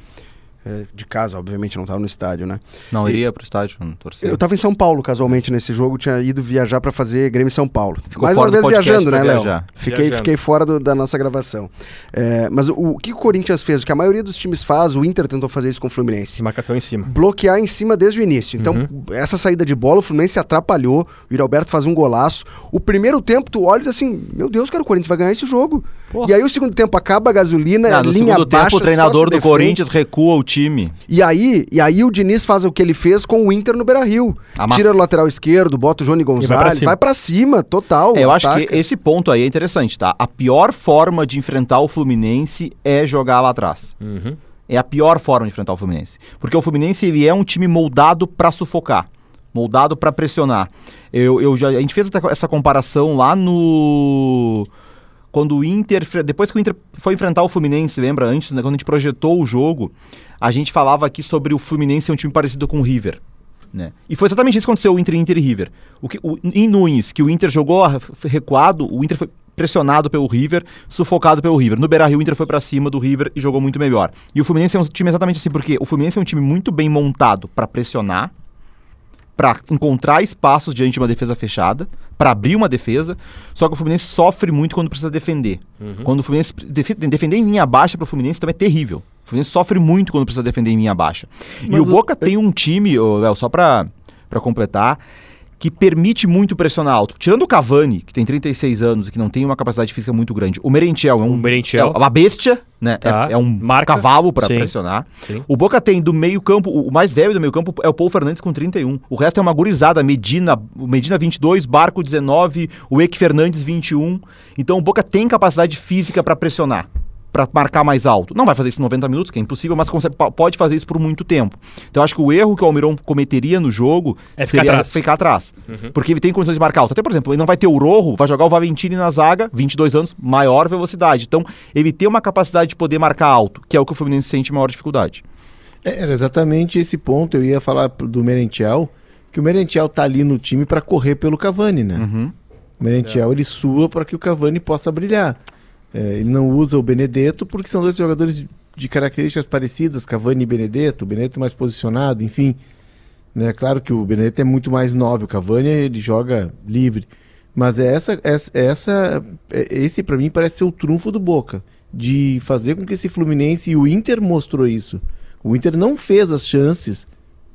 é, de casa, obviamente, não estava no estádio, né?
Não
E-
iria pro estádio, não torcia.
Eu tava em São Paulo, casualmente, nesse jogo. Tinha ido viajar pra fazer Grêmio São Paulo.
Ficou
Mais
fora
uma
do
vez
podcast
viajando,
pra
né, Léo?
viajar.
Fiquei,
Viajando.
fiquei fora do- da nossa gravação. É, mas o, o que o Corinthians fez? O que a maioria dos times faz, o Inter tentou fazer isso com o Fluminense.
Essa marcação em cima.
Bloquear em cima desde o início. Então,
Uhum.
essa saída de bola, o Fluminense se atrapalhou. O Iralberto faz um golaço. O primeiro tempo, tu olha e diz assim: Meu Deus, cara, o Corinthians vai ganhar esse jogo.
Porra.
E aí, o segundo tempo acaba a gasolina,
Ah,
a
no
linha
segundo
baixa,
tempo, o
só
treinador
se
do
defende.
Corinthians recua o time.
E aí, e aí o Diniz faz o que ele fez com o Inter no Beira-Rio.
Amassa.
Tira o lateral esquerdo, bota o Johnny Gonzalez,
cima.
vai pra cima, total.
É, eu acho que
ataca.
esse ponto aí é interessante, tá? A pior forma de enfrentar o Fluminense é jogar lá atrás.
Uhum.
É a pior forma de enfrentar o Fluminense. Porque o Fluminense ele é um time moldado pra sufocar, moldado pra pressionar. Eu, eu já, a gente fez até essa comparação lá no quando o Inter fre- depois que o Inter foi enfrentar o Fluminense, lembra antes, né, quando a gente projetou o jogo, a gente falava aqui sobre o Fluminense ser um time parecido com o River. Né? E foi exatamente isso que aconteceu entre Inter e River. O que, o, em Nunes, que o Inter jogou a- f- recuado, o Inter foi pressionado pelo River, sufocado pelo River. No Beira-Rio, o Inter foi pra cima do River e jogou muito melhor. E o Fluminense é um time exatamente assim, porque o Fluminense é um time muito bem montado pra pressionar, pra encontrar espaços diante de uma defesa fechada, pra abrir uma defesa, só que o Fluminense sofre muito quando precisa defender.
Uhum.
Quando o Fluminense defi- defender em linha baixa pro Fluminense também é terrível. O Fluminense sofre muito quando precisa defender em linha baixa. e
Mas
o
o-
Boca tem um time, ô, Léo, só pra, pra completar, que permite muito pressionar alto. Tirando o Cavani, que tem 36 anos e que não tem uma capacidade física muito grande. O Merentiel é um...
O Merentiel.
É uma bestia, né?
Tá.
É, é um
Marca.
cavalo pra
Sim.
pressionar.
Sim.
O Boca tem do meio campo, o o mais velho do meio campo é o Paul Fernandes com 31. O resto é uma gurizada, Medina, o Medina 22, Barco 19, o Eike Fernandes 21. Então o Boca tem capacidade física pra pressionar, pra marcar mais alto. Não vai fazer isso em 90 minutos, que é impossível, mas consegue- po- pode fazer isso por muito tempo. Então eu acho que o erro que o Almiron cometeria no jogo
É ficar atrás.
ficar atrás.
Uhum.
Porque ele tem condições de marcar alto. Até, por exemplo, ele não vai ter o Rojo, vai jogar o Valentini na zaga, 22 anos, maior velocidade. Então, ele tem uma capacidade de poder marcar alto, que é o que o Fluminense sente maior dificuldade.
É, Era exatamente esse ponto. Eu ia falar pro- do Merentiel, que o Merentiel tá ali no time pra correr pelo Cavani, né? O Merentiel ele sua para que o Cavani possa brilhar. É, ele não usa o Benedetto porque são dois jogadores de, de características parecidas, Cavani e Benedetto. O Benedetto mais posicionado, enfim. Né? Claro que o Benedetto é muito mais nove, o Cavani ele joga livre. Mas é essa, essa, essa é- esse para mim parece ser o trunfo do Boca de fazer com que esse Fluminense e o Inter mostrou isso. O Inter não fez as chances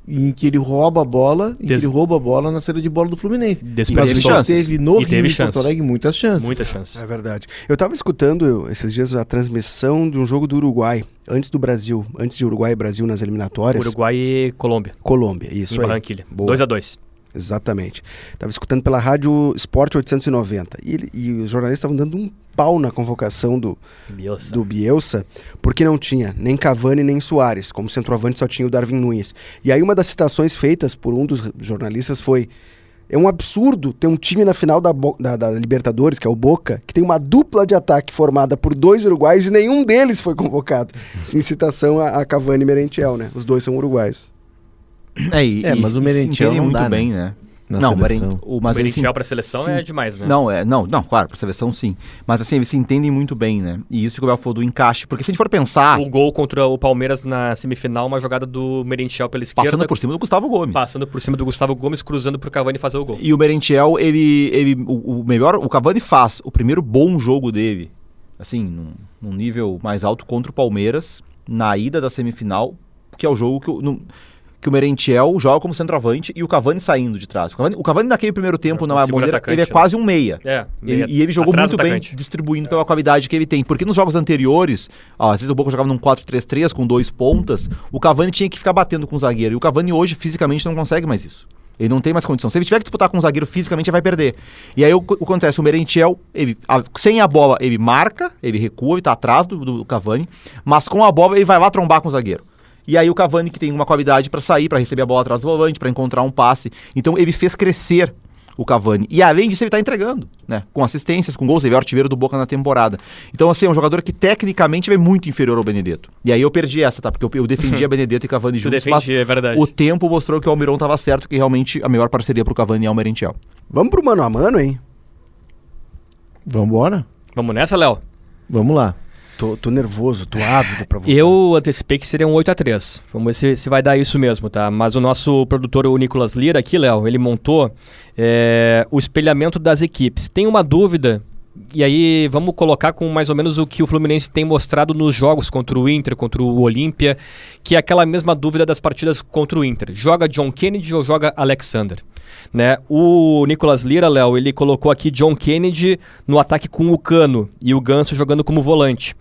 em que ele rouba a bola, em que
Des-
ele rouba a bola na saída de bola do Fluminense.
Desperdiçou.
Mas o Paulo teve no
E
Rio
teve
e Porto
chance.
Alegre muitas chances.
Muita chance.
É verdade. Eu tava escutando eu, esses dias a transmissão de um jogo do Uruguai, antes do Brasil, antes de Uruguai e Brasil nas eliminatórias.
Uruguai e Colômbia.
Colômbia, isso
em
aí.
Barranquilha.
Boa.
2x2.
Exatamente. Tava escutando pela rádio Sport 890. E, ele- e os jornalistas estavam dando um pau na convocação do, do Bielsa, porque não tinha nem Cavani nem Soares. Como centroavante só tinha o Darwin Nunes. E aí uma das citações feitas por um dos jornalistas foi: é um absurdo ter um time na final da, Bo- da- da Libertadores, que é o Boca, que tem uma dupla de ataque formada por dois uruguaios e nenhum deles foi convocado. Em citação a, a Cavani e Merentiel, né? Os dois são uruguaios.
É, e,
É, mas o
se
Merentiel
entendem
não
muito
dá, né?
bem, né?
Na
não,
seleção.
Meren- o,
Mas
mas
o
eles se-
Merentiel pra seleção
se-
é demais, né?
Não, é, não, não, claro, pra seleção sim. Mas assim, eles se entendem muito bem, né? E isso que o Gabriel falou do encaixe, porque se a gente for pensar,
O gol contra o Palmeiras na semifinal, uma jogada do Merentiel pela esquerda.
passando por cima do Gustavo Gomes.
passando por cima do Gustavo Gomes, cruzando pro Cavani fazer o gol.
E o Merentiel, ele, ele o, o melhor, o Cavani faz o primeiro bom jogo dele, assim, num, num nível mais alto contra o Palmeiras na ida da semifinal, que é o jogo que o, no- que o Merentiel joga como centroavante e o Cavani saindo de trás. O Cavani, o Cavani naquele primeiro tempo
É,
na
um segundo
Mamoneira,
atacante,
ele é
né?
quase um meia.
É,
Ele-
meia-
e ele jogou
atrás
muito
do
bem
atacante.
distribuindo pela qualidade que ele tem. Porque nos jogos anteriores, ó, às vezes o Boca jogava num 4-3-3 com dois pontas, o Cavani tinha que ficar batendo com o zagueiro. E o Cavani hoje fisicamente não consegue mais isso. Ele não tem mais condição. Se ele tiver que disputar com o zagueiro fisicamente, ele vai perder. E aí o, que acontece? O Merentiel, ele, a- sem a bola, ele marca, ele recua, ele tá atrás do, do Cavani, mas com a bola ele vai lá trombar com o zagueiro. E aí o Cavani que tem uma qualidade pra sair, pra receber a bola atrás do volante, pra encontrar um passe. Então ele fez crescer o Cavani. E além disso ele tá entregando, né? Com assistências, com gols, ele é o artilheiro do Boca na temporada. Então assim, é um jogador que tecnicamente é muito inferior ao Benedetto. E aí eu perdi essa, tá? Porque eu, eu defendia Benedetto e Cavani juntos,
Uhum. defendia,
mas
é verdade.
o tempo mostrou que o Almiron tava certo, que realmente a melhor parceria pro Cavani é o Merentiel.
Vamos pro mano a mano, hein?
Vambora?
Vamos nessa, Léo?
Vamos lá.
Tô, tô nervoso, tô ávido pra voltar.
Eu antecipei que seria um 8 a 3 Vamos ver se, se vai dar isso mesmo, tá? Mas o nosso produtor, o Nicolas Lira, aqui, Léo, ele montou é, o espelhamento das equipes. Tem uma dúvida, e aí vamos colocar com mais ou menos o que o Fluminense tem mostrado nos jogos contra o Inter, contra o Olímpia, que é aquela mesma dúvida das partidas contra o Inter. Joga John Kennedy ou joga Alexander? Né? O Nicolas Lira, Léo, ele colocou aqui John Kennedy no ataque com o Cano e o Ganso jogando como volante.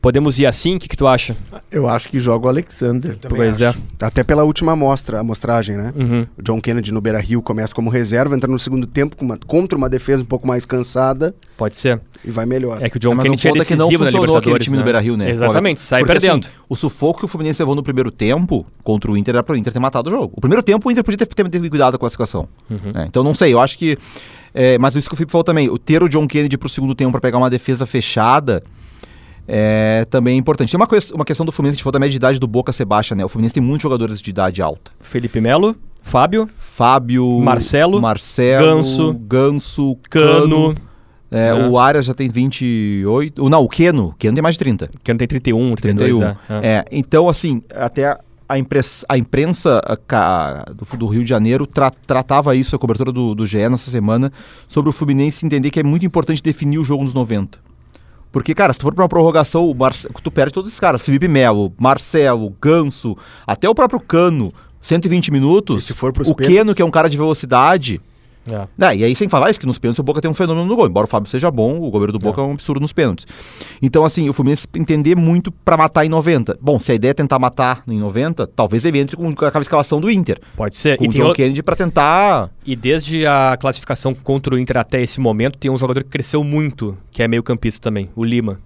Podemos ir assim? O que, que tu acha?
Eu acho que joga o Alexander. é.
Também
pois é.
acho. Até pela última amostra, amostragem, né?
Uhum.
O John Kennedy no Beira Rio começa como reserva, entra no segundo tempo com uma- contra uma defesa um pouco mais cansada
Pode ser.
e vai melhor.
É que o John
Ah. mas o
Kennedy é
ponto que não
decisivo na
funcionou aquele
Libertadores.
time do
né?
Beira-Rio, né?
Exatamente,
Olha,
sai
porque,
perdendo.
assim, o sufoco que o Fluminense levou no primeiro tempo contra o Inter era pro Inter ter matado o jogo. O primeiro tempo o Inter podia ter, ter, ter cuidado com a classificação.
Uhum.
né? Então não sei, eu acho que. é, mas isso que o Felipe falou também, o ter o John Kennedy pro segundo tempo pra pegar uma defesa fechada. É também importante. Tem uma, coisa- uma questão do Fluminense, a gente falou da média de idade do Boca ser baixa, né? O Fluminense tem muitos jogadores de idade alta.
Felipe Melo, Fábio,
Fábio.
Marcelo,
Marcelo.
Ganso,
Ganso.
Cano,
É,
né?
O Arias já tem 28. ou Não, o Keno. O Keno tem mais de 30.
que não tem 31, 32.
31.
É. É.
É, então, assim, até a- a, impress, a imprensa a ca- do, do Rio de Janeiro tra- tratava isso, a cobertura do, do GE nessa semana, sobre o Fluminense entender que é muito importante definir o jogo nos 90. Porque, cara, se tu for pra uma prorrogação, o Marce- tu perde todos esses caras. Felipe Melo, Marcelo, Ganso, até o próprio Cano, 120 minutos.
E se for pros
o
pênaltis?
Keno, que é um cara de velocidade,
É.
né, e aí, sem falar isso, que nos pênaltis o Boca tem um fenômeno no gol. Embora o Fábio seja bom, o goleiro do Boca é um absurdo nos pênaltis. Então, assim, o Fluminense entender muito pra matar em 90. Bom, se a ideia é tentar matar em 90, talvez ele entre com aquela escalação do Inter.
Pode ser.
Com
É, E,
o
tem
John
o-
Kennedy pra tentar...
e desde a classificação contra o Inter até esse momento, tem um jogador que cresceu muito, que é meio campista também, o Lima.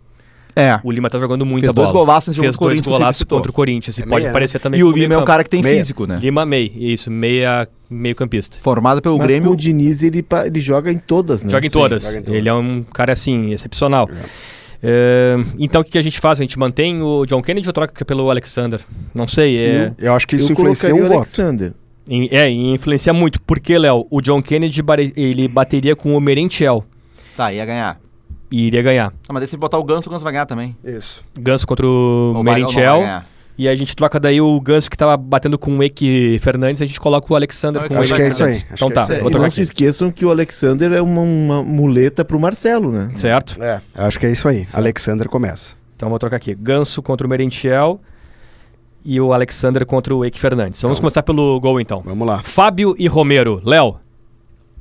É.
O Lima tá jogando muita
Fez
bola.
dois golaços nesse jogo
Fez
contra o
dois
Corinthians, o
golaços
Felipe citou.
contra o Corinthians. E
É
pode
meia,
parecer também
E o
como
Lima é um
meio-campo.
cara que tem
Meia.
físico, né?
Lima May, isso, meia, meio campista.
Formado pelo
Mas
Grêmio.
com o Diniz, ele, pa- ele joga em todas, né?
Joga em, todas.
joga em todas.
Ele é um cara, assim, excepcional. É, então, o que, que a gente faz? A gente mantém o John Kennedy ou troca pelo Alexander? Não sei. É,
Eu acho que isso
eu
influencia
colocaria
um
o
voto.
Alexander.
em- é, e influencia muito. Porque, Léo, o John Kennedy bare- ele bateria com o Merentiel
Tá, ia ganhar.
e iria ganhar.
Ah, mas daí se botar o Ganso, o Ganso vai ganhar também.
Isso.
Ganso contra o
Ou vai- ou não vai
Merentiel.
ganhar.
E a gente troca daí o Ganso que tava batendo com o Eke Fernandes, a gente coloca o Alexander
Acho
com o
que
Eke
é isso
aí,
Fernandes.
acho
Então
que é
tá,
isso aí.
vou
E
trocar
não se
aqui.
esqueçam que o Alexander é uma, uma muleta pro Marcelo, né?
Certo?
É. Acho que é isso aí. Alexander começa.
Então vou trocar aqui. Ganso contra o Merentiel e o Alexander contra o Eike Fernandes. Vamos começar pelo gol então.
Vamos lá.
Fábio e
[LAUGHS]
Romero. Léo,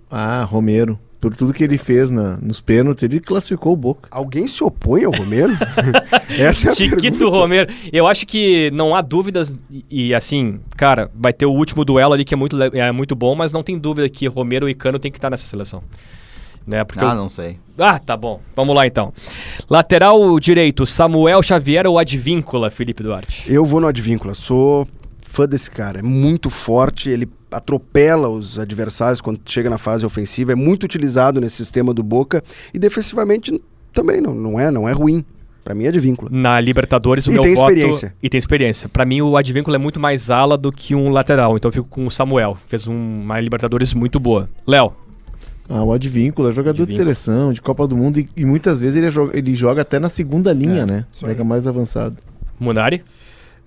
Ah, Romero. Por tudo que ele fez na, nos pênaltis, ele classificou o Boca.
Alguém se opõe ao Romero? [LAUGHS] Essa é a pergunta.
Chiquito Romero. Eu acho que não há dúvidas e, e, assim, cara, vai ter o último duelo ali que é muito, le- é muito bom, mas não tem dúvida que Romero e Cano tem que estar nessa seleção. Né? Porque o-
Ah, não sei.
Ah, tá bom. Vamos lá então. Lateral direito, Samuel Xavier ou Advíncula, Felipe Duarte?
Eu vou no Advíncula, sou fã desse cara, é muito forte, ele atropela os adversários quando chega na fase ofensiva, é muito utilizado nesse sistema do Boca e defensivamente n- também não, não é, não é ruim. Pra mim é Advíncula.
Na Libertadores, o
E
meu
tem
voto...
experiência.
E tem experiência. Pra mim, o Advíncula é muito mais ala do que um lateral, então eu fico com o Samuel. Fez um- uma Libertadores muito boa. Léo,
Ah, o Advíncula, jogador de
Advíncula.
seleção, de Copa do Mundo, e, e muitas vezes ele é joga, ele joga até na segunda linha, né? Joga mais avançado.
Munari?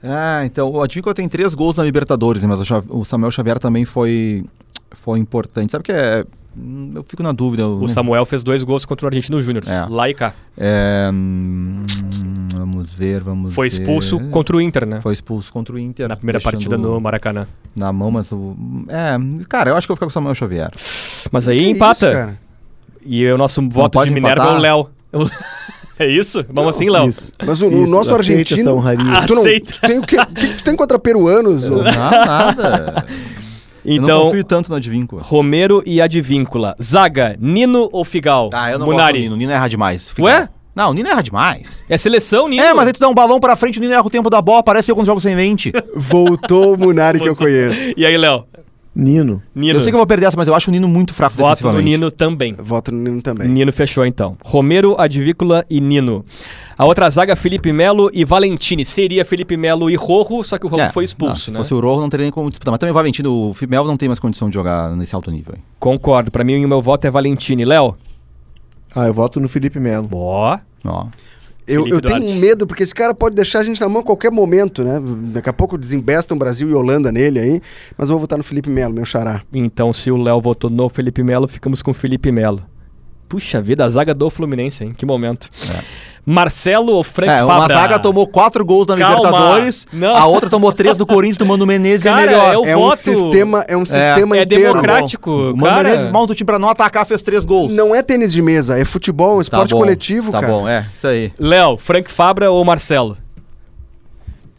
Ah, então o Advíncula tem três gols na Libertadores, né? Mas o, Xa- o Samuel Xavier também foi, foi importante. Sabe o que é. hum, Eu fico na dúvida. eu-
O Samuel fez dois gols contra o Argentino Júnior,
É.
lá e cá.
É, hum, vamos ver, vamos
Foi
ver.
expulso contra o Inter, né?
Foi expulso contra o Inter.
Na primeira
deixando
partida no Maracanã.
Na mão, mas o. É, cara, eu acho que eu vou ficar com o Samuel
[LAUGHS]
Xavier.
Mas aí
Que
empata.
isso, cara?
e o nosso voto
pode
de Minerva é o
empatar?
Léo. [LAUGHS] é isso? Vamos assim, Léo.
Isso.
Mas o, o
Isso,
nosso
aceita essa
argentino.
honraria.
Ah,
Tu não,
Aceita.
tu tem o que, o que tu tem contra peruanos?
[LAUGHS]
ô?
nada. eu não
Então,
confio tanto no Advíncula.
Romero e Advíncula. Zaga, Nino ou Figal?
Ah, eu não gosto do
Munari.
Nino. O Nino erra demais.
Ué?
Não, o Nino erra demais.
É seleção, Nino.
É, mas aí tu dá um balão pra frente, o Nino erra o tempo da bola, parece eu quando jogo sem mente.
Voltou o Munari que eu conheço.
E aí, Léo?
Nino.
Nino.
Eu sei que eu vou perder essa, mas eu acho o Nino muito fraco
Voto do
defensivamente.
Nino também.
Voto no Nino também.
Nino fechou, então. Romero, Advíncula e Nino. A outra zaga, Felipe Melo e Valentini. Seria Felipe Melo e Rojo, só que o Rojo
É,
foi
não,
expulso,
se
né?
fosse o Rojo, não teria nem como disputar. Mas também vai mentindo, o Fimel não tem mais condição de jogar nesse alto nível. Hein?
Concordo. Pra mim, o meu voto é Valentini. Léo?
Ah, eu voto no Felipe Melo.
Ó.
Ó.
Eu,
Felipe
eu tenho
Duarte.
um medo, porque esse cara pode deixar a gente na mão a qualquer momento, né? Daqui a pouco desembestam Brasil e Holanda nele aí, mas eu vou votar no Felipe Melo, meu xará.
Então, se o Léo votou no Felipe Melo, ficamos com o Felipe Melo. Puxa vida, a zaga do Fluminense, hein? Que momento.
É.
Marcelo ou Frank
É, uma
Fabra?
zaga tomou quatro gols na
Calma.
Libertadores,
Não.
a outra tomou três do Corinthians, do Mano Menezes
Cara,
é melhor. Tá
é o
é um
voto-
sistema, é um sistema
é
inteiro.
democrático,
O Mano
cara.
Menezes monta o time pra não atacar, fez três gols.
Não é tênis de mesa, é futebol, é esporte coletivo,
tá
cara.
bom, é, isso aí.
Léo, Frank Fabra ou Marcelo?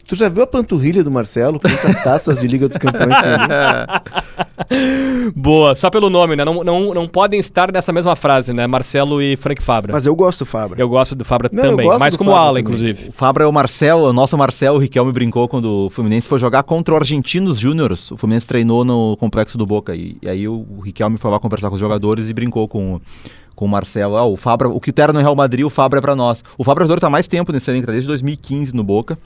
Tu já viu a panturrilha do Marcelo? Quantas taças de Liga dos Campeões tem ali?
Boa, só pelo nome, né? Não, não, não podem estar nessa mesma frase, né? Marcelo e Frank Fabra.
Mas eu gosto do Fabra.
Eu gosto do Fabra
Não, eu
também,
gosto
mas
do
como
Fabra
ala,
também.
inclusive.
O Fabra é o Marcel, o nosso Marcel, o Riquelme brincou quando o Fluminense foi jogar contra o Argentinos Júniors. O Fluminense treinou no complexo do Boca. E, e aí o, o Riquelme foi lá conversar com os jogadores e brincou com, o- com o Marcel. Ah, o Fabra, o que era no Real Madrid, o Fabra é pra nós. O Fabra é o jogador que tá mais tempo nesse elenco, tá desde 2015 no Boca.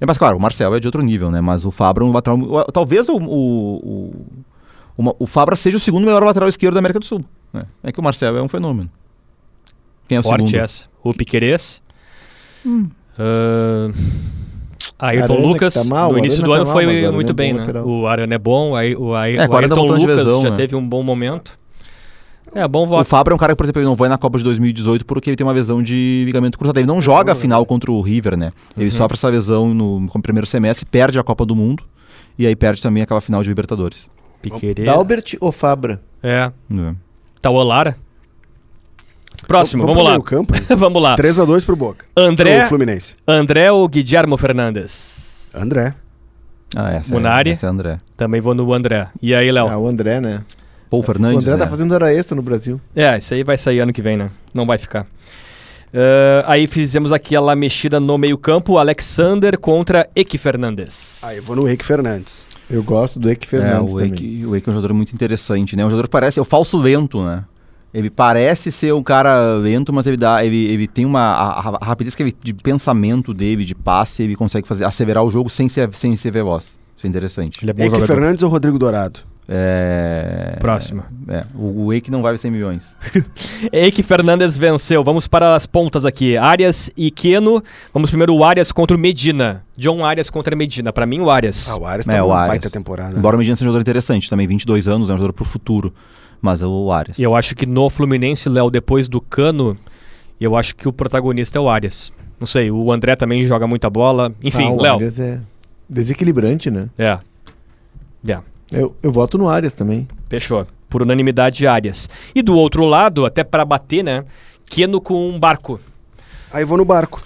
É, mas claro, o Marcel é de outro nível, né? Mas o Fabra, é um lateral, o- talvez o, o, o, uma- o Fabra seja o segundo melhor lateral esquerdo da América do Sul. né? É que o Marcel é um fenômeno. Quem é o
Forte
segundo?
essa. O Piquerez. Ahn, Ah, Ayrton
Arana que
Lucas,
tá mal,
no
o
início
Arana
do
tá
ano
mal, mas o
foi
Arana
muito
é bom
bem, né?
lateral.
O Arana é bom, aí, o, aí,
É,
o
40
Ayrton
voltou de
Lucas
lesão,
já
né?
teve um bom momento. É, bom
O
voto.
Fabra é um cara que, por exemplo, ele não vai na Copa de 2018 porque ele tem uma lesão de ligamento cruzado. Ele não joga a final contra o River, né? Ele sofre essa lesão no, no primeiro semestre, perde a Copa do Mundo e aí perde também aquela final de Libertadores.
Piquerez.
Dalbert ou Fabra?
É.
É.
Taolara. Próximo, vamos,
pro
lá.
meio Campo,
vamos lá.
3 a 2 pro Boca.
André,
Pro Fluminense.
André ou Guillermo Fernandes?
André.
Ah, essa
Munari.
É, essa é André.
Também vou no André. E aí, Léo?
Ah, o André, né?
Paul
o
Fernandes.
André tá
né?
fazendo hora extra no Brasil.
É, isso aí vai sair ano que vem, né? Não vai ficar. Ah, aí fizemos aquela mexida no meio-campo, Alexander contra Eki Fernandes.
Aí eu vou no Henrique Fernandes.
Eu gosto do Eike
É,
Fernandes
o
também.
Eike, o Eike é um jogador muito interessante, né? Um jogador que parece. É o falso lento, né? Ele parece ser um cara lento, mas ele, dá, ele, ele tem uma. A, a- a rapidez que ele, de pensamento dele, de passe, ele consegue fazer, acelerar o jogo sem ser, sem ser veloz. Isso é interessante.
Ele é bom
Henrique
jogador.
Fernandes ou Rodrigo Dourado?
É.
Próximo.
É, o Wake não vai 100 milhões.
Eike Fernandes venceu. Vamos para as pontas aqui. Arias e Keno. Vamos primeiro o Arias contra o Medina. John Arias contra Medina. Pra mim, o Arias.
Ah, o Arias tá
É, o
numa
Arias.
baita temporada.
Embora o Medina seja um jogador interessante também, 22 anos, é um jogador pro futuro. Mas é o Arias.
E eu acho que no Fluminense, Léo, depois do Cano, eu acho que o protagonista é o Arias. Não sei, o André também joga muita bola. Enfim,
Ah, o
Léo.
Arias é desequilibrante, né?
É. É.
Eu, eu voto no Arias também.
Fechou. Por unanimidade, Arias. E do outro lado, até pra bater, né? Keno com um barco.
Aí eu vou no Barco.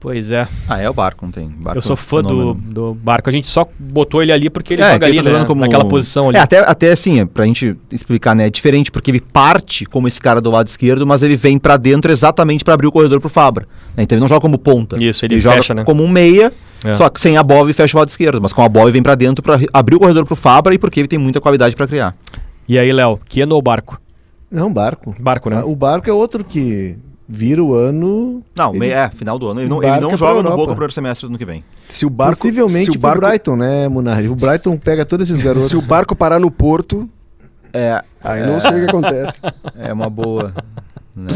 Pois é.
Ah, é o Barco, não tem. Barco é
eu
um
sou fã do,
fenômeno.
do barco. A gente só botou ele ali porque ele
É, que
joga ali,
ele tá
né?
jogando como-
Naquela posição ali.
É, até, até assim, é, pra gente explicar, né? É diferente, porque ele parte como esse cara do lado esquerdo, mas ele vem pra dentro exatamente pra abrir o corredor pro Fabra. né? Então ele não joga como ponta.
Isso, ele fecha,
joga
né?
como um meia,
É.
só que sem a bola ele fecha o lado esquerdo. Mas com a bola ele vem pra dentro pra re- abrir o corredor pro Fabra e porque ele tem muita qualidade pra criar.
E aí, Léo, Keno ou barco?
Não, Barco.
Barco, né?
Ah, O Barco é outro que vira o ano.
Não,
Ele-
meia- é, final do ano. Ele não, ele
Barca
não
pra
joga no
Europa.
Boca pro primeiro semestre do ano que vem.
Se o Barco,
possivelmente
se o
pro
barco,
Brighton, né, Munari? O Brighton pega todos esses garotos.
[LAUGHS] se o barco parar no Porto,
É,
aí não sei o que acontece.
É uma boa. [LAUGHS] né?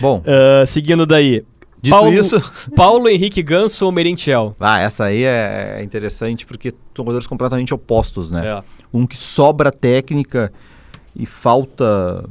Bom,
Ah, seguindo daí.
dito isso.
[LAUGHS] Paulo Henrique Ganso ou Merentiel?
Ah, essa aí é interessante porque são jogadores completamente opostos, né?
É.
Um que sobra técnica e falta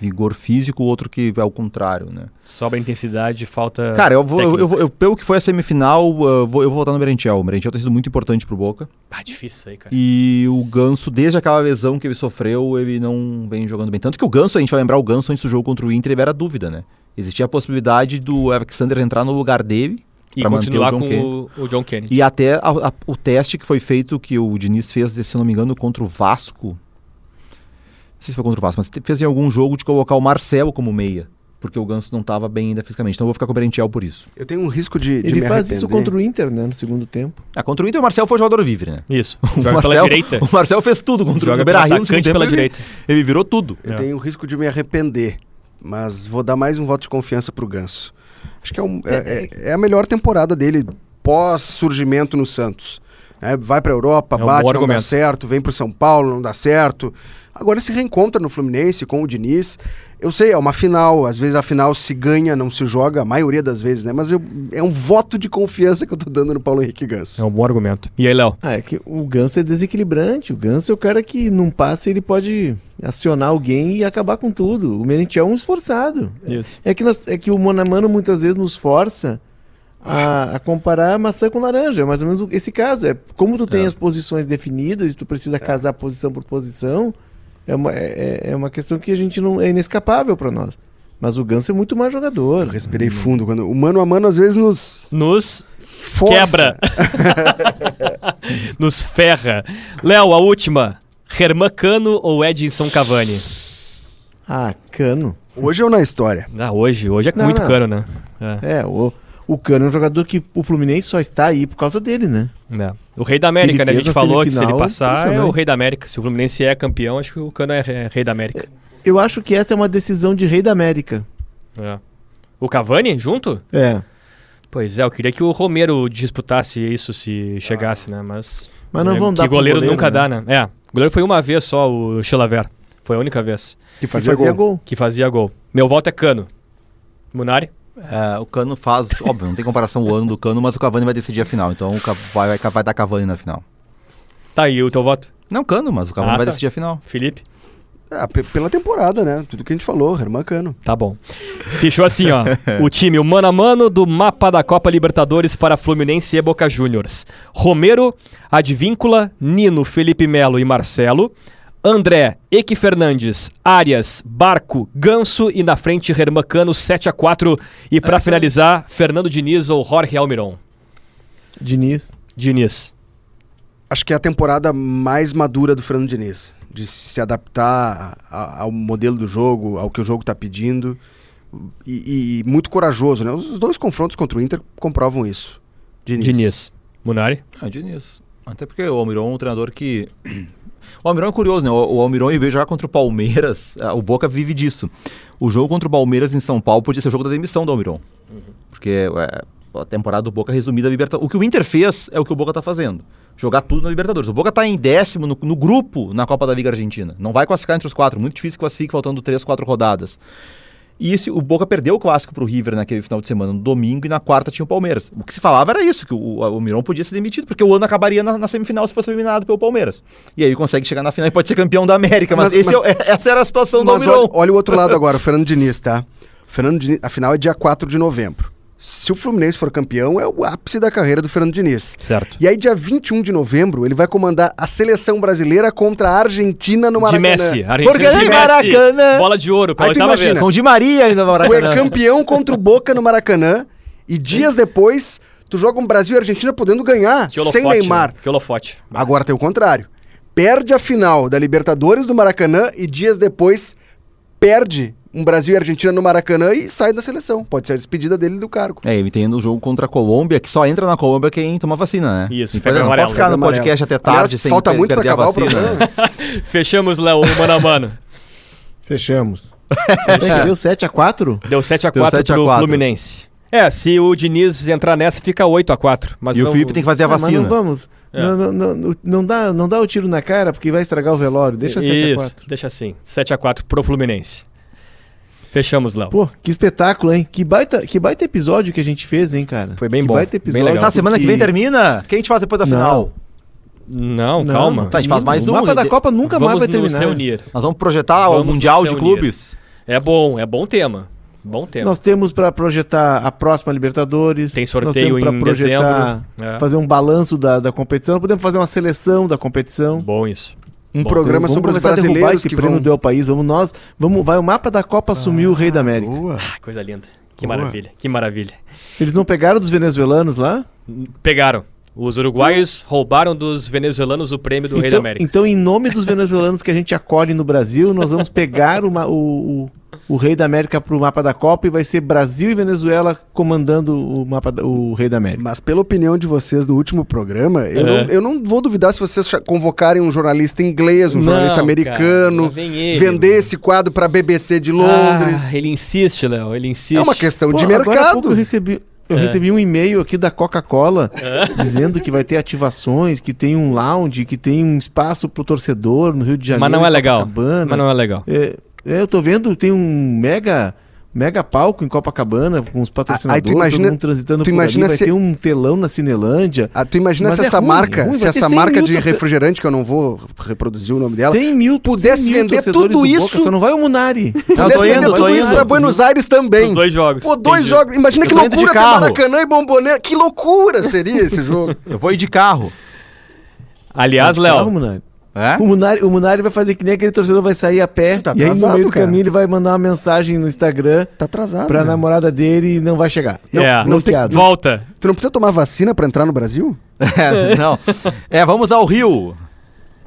vigor físico, o outro que é o contrário, né?
Sobra intensidade,
É,
falta.
Cara, eu vou, eu,
técnica.
eu vou- eu- pelo que foi a semifinal, eu vou, eu vou votar no Merentiel. O Merentiel tem sido muito importante pro Boca.
Ah, difícil isso aí, cara.
E o Ganso, desde aquela lesão que ele sofreu, ele não vem jogando bem. Tanto que o Ganso, a gente vai lembrar, o Ganso antes do jogo contra o Inter, ele era dúvida, né? Existia a possibilidade do Alexander entrar no lugar dele.
E
pra manter
continuar
John
com
Kennedy.
o, o John Kennedy.
E até a- a- o teste que foi feito, que o Diniz fez, se eu não me engano, contra o Vasco. Não sei se foi contra o Vasco, mas te- fez em algum jogo de colocar o Marcelo como meia. Porque o Ganso não estava bem ainda fisicamente. Então eu vou ficar com o Berentiel por isso.
Eu tenho um risco de, de
Ele
me
faz isso
arrepender.
contra o Inter, né, no segundo tempo.
Ah, contra o Inter, o Marcelo foi jogador livre, né?
Isso.
[LAUGHS] O
Joga pela
Marcelo-
direita.
O Marcelo fez tudo contra
Joga
o Beira
pelo
Rio. no segundo
atacante
tempo,
pela
ele-
direita.
Ele virou tudo.
Eu
É.
tenho o risco de me arrepender, mas vou dar mais um voto de confiança pro Ganso. Acho que é, um- é- é- é a melhor temporada dele pós surgimento no Santos. É, vai pra Europa,
É um bom
bate, não dá
argumento.
certo, vem pro São Paulo, não dá certo. Agora se reencontra no Fluminense com o Diniz. Eu sei, é uma final, às vezes a final se ganha, não se joga, a maioria das vezes, né? Mas eu- é um voto de confiança que eu tô dando no Paulo Henrique Ganso.
É um bom argumento. E aí, Léo?
Ah, é que o Ganso é desequilibrante. O Ganso é o cara que num passe ele pode acionar alguém e acabar com tudo. O Merentiel é um esforçado.
Isso.
É que, nós- é que o Monamano muitas vezes nos força a, a comparar maçã com laranja. É mais ou menos o- esse caso. É como tu tem as posições definidas e tu precisa casar posição por posição, é uma, é, é- é uma questão que a gente não é inescapável para nós. Mas o Ganso é muito mais
Eu
um
jogador.
Hum.
respirei fundo quando o mano a mano às vezes nos
Nos
força.
quebra. [LAUGHS] Nos ferra. Léo, a última. Herman Cano ou Edinson Cavani?
Ah, cano.
Hoje eu na história.
Ah, hoje, hoje é
Não,
muito
não.
cano, né? É,
É, o, o Cano é um jogador que o Fluminense só está aí por causa dele, né?
é. O rei da América,
Ele
né? A
fez
gente
a
falou que se ele
semifinal,
passar é o
impressionante.
rei da América. Se o Fluminense é campeão, acho que o Cano é, é rei da América.
Eu acho que essa é uma decisão de rei da América.
É. O Cavani junto?
É.
Pois é, eu queria que o Romero disputasse isso se chegasse, né? Mas.
Mas não
é,
vão
que
dar pro
goleiro,
goleiro,
nunca
né?
dá, né? É. O goleiro foi uma vez só, o Chilaver. Foi a única vez
Que
E
fazia, gol.
que fazia gol. Meu voto é Cano. Munari?
É, o Cano faz, óbvio, não tem comparação o ano do Cano, mas o Cavani vai decidir a final. Então o Ca- vai, vai, vai dar Cavani na final.
Tá aí o teu voto.
Não Cano, mas o Cavani
Ah,
vai
tá.
decidir a final.
Felipe?
Ah, pe- pela temporada, né? Tudo que a gente falou, Herman Cano.
Tá bom. Fechou assim, ó. o time, o mano a mano do mapa da Copa Libertadores para Fluminense e Boca Juniors. Romero, Advíncula, Nino, Felipe Melo e Marcelo. André, Eque Fernandes, Arias, Barco, Ganso e na frente Hermacano 7 a 4 E pra finalizar, Fernando Diniz ou Jorge Almiron?
Diniz.
Diniz.
Acho que é a temporada mais madura do Fernando Diniz. De se adaptar a- ao modelo do jogo, ao que o jogo tá pedindo. E, e- e muito corajoso, né? Os os dois confrontos contra o Inter comprovam isso. Diniz.
Diniz. Munari?
É, Diniz. Até porque o Almiron é um treinador que. [CLEARS THROAT] O Almiron é curioso, né? O, o Almiron, em vez de jogar contra o Palmeiras, [LAUGHS] ah, o Boca vive disso. O jogo contra o Palmeiras em São Paulo podia ser o jogo da demissão do Almiron. Porque é, a temporada do Boca é resumida a Libertadores. O que o Inter fez é o que o Boca tá fazendo. Jogar tudo na Libertadores. O Boca tá em décimo no, no grupo na Copa da Liga Argentina. Não vai classificar entre os quatro. Muito difícil que classifique faltando três, quatro rodadas. E esse- o Boca perdeu o clássico pro River naquele final de semana, no domingo, e na quarta tinha o Palmeiras. O que se falava era isso, que o, o Miron podia ser demitido, porque o ano acabaria na, na semifinal se fosse eliminado pelo Palmeiras. E aí ele consegue chegar na final e pode ser campeão da América, mas,
Mas-
esse
mas-
é o- essa era a situação
Mas
do Almiron.
olha, olha o outro lado agora, o Fernando Diniz, tá? O Fernando Diniz, a final é dia 4 de novembro. Se o Fluminense for campeão, é o ápice da carreira do Fernando Diniz.
Certo.
E aí, dia 21 de novembro, ele vai comandar a seleção brasileira contra a Argentina no
De
Maracanã. é
Messi. Argentina
Porque
de
em
Messi.
Maracanã-
Bola de ouro, pela
Aí tu
oitava
imagina.
[LAUGHS]
vez.
Com o Di Maria ainda no
Tu é
Maracanã.
campeão contra o Boca no Maracanã e dias depois tu joga um Brasil e Argentina podendo ganhar
Que holofote,
sem Neymar.
né? Que holofote.
Agora tem o contrário. Perde a final da Libertadores do Maracanã e dias depois perde um Brasil e Argentina no Maracanã e sai da seleção. Pode ser a despedida dele do cargo.
É, ele tem ainda um jogo contra a Colômbia, que só entra na Colômbia quem toma vacina, né?
Isso,
Então,
febre
não
amarela.
pode ficar no
Amarelo.
podcast até tarde
Aliás,
sem
falta
per-
muito pra
perder a
acabar o
vacina,
programa.
né?
Fechamos, Léo, o mano a mano. [LAUGHS]
Fechamos. Quanto é que Deu 7x4?
Deu 7x4
Deu 7 a
pro
4.
Fluminense. É, se o Diniz entrar nessa, fica 8x4. Mas
E
não-
o Felipe tem que fazer a
Ah, mas
vacina.
não vamos.
É.
Não, não, não, não dá, não dá o tiro na cara porque vai estragar o velório. Deixa 7x4.
Isso, deixa assim. 7x4 pro Fluminense. Fechamos, Léo.
Pô, que espetáculo, hein? Que baita, que baita episódio que a gente fez, hein, cara?
Foi bem
que
bom,
Baita
bem
episódio.
legal.
Tá, semana que vem
porque-
termina? Quem a gente faz depois da
Não.
final?
Não,
Não,
calma.
Tá, a gente faz mais
o
um,
mapa
né?
da Copa nunca
Vamos
mais vai
nos
terminar.
reunir.
Nós vamos projetar
Vamos
o
nos
Mundial de
reunir.
Clubes?
É bom, é bom tema. Bom tema.
Nós temos pra projetar a próxima Libertadores.
Tem
nós
sorteio
temos pra
em
projetar,
dezembro. É.
Fazer um balanço da, da competição. Podemos fazer uma seleção da competição.
Bom isso.
Um
Bom,
programa
vamos
sobre os
começar a derrubar
brasileiros
esse
que
prêmio
vão...
do El País. Vamos nós. Vamos, vai o mapa da Copa assumir o rei da América.
Boa.
Ah, coisa linda. Que
Boa.
maravilha, que maravilha.
Eles não pegaram dos venezuelanos lá?
Pegaram. Os uruguaios roubaram dos venezuelanos o prêmio do Rei da
então,
América.
então, em nome dos venezuelanos que a gente acolhe no Brasil, nós vamos pegar uma- o, o- o Rei da América pro mapa da Copa e vai ser Brasil e Venezuela comandando o mapa da- o Rei da América.
Mas pela opinião de vocês no último programa, eu,
É.
não, eu não vou duvidar se vocês cha- convocarem um jornalista inglês, um
Não,
jornalista
cara, lá
americano,
vem ele,
vender
mano.
esse quadro pra BBC de Londres.
Ah, ele insiste, Léo, ele insiste.
é uma questão
Pô,
de
agora há pouco eu
mercado.
recebi, Eu
É.
recebi um e-mail aqui da Coca-Cola [LAUGHS] dizendo que vai ter ativações, que tem um lounge, que tem um espaço pro torcedor no Rio de Janeiro.
Mas não é
em
legal.
Copacabana.
Mas não é legal.
É, é, eu tô vendo, tem um mega mega palco em Copacabana com os patrocinadores,
aí Ah, tu imagina-
todo mundo transitando
tu
por
imagina
ali, vai
se-
ter um telão na Cinelândia.
Ah, tu imagina
Mas
se
é
essa
ruim,
marca,
é ruim,
se
vai ter
essa
100
marca
mil
de
torce-
refrigerante, que eu não vou reproduzir o nome dela,
100 mil,
Pudesse
100 mil
vender
torcedores
tudo
do
isso-
Boca, só não vai o
[LAUGHS]
Munari.
tô
pudesse
indo,
vender
tô
tudo
indo.
isso pra Buenos Aires também.
Os dois jogos.
Pô, dois
Entendi.
jogos. Imagina
Eu
que
tô indo de
loucura ter
carro.
Maracanã e Bomboneira. Que loucura
[LAUGHS]
seria esse jogo.
Eu vou ir de carro.
Aliás,
Calma,
Léo,
Munari.
É? [LAUGHS]
O Munari, o Munari vai fazer que nem aquele torcedor vai sair a pé.
Tu tá
e aí no
atrasado,
meio do
cara.
caminho ele vai mandar uma mensagem no Instagram
Tá atrasado.
pra
né?
namorada dele e não vai chegar.
Não,
É.
não tem-
Bloqueado.
volta.
Tu não precisa tomar vacina pra entrar no Brasil?
É, não. É, vamos ao Rio.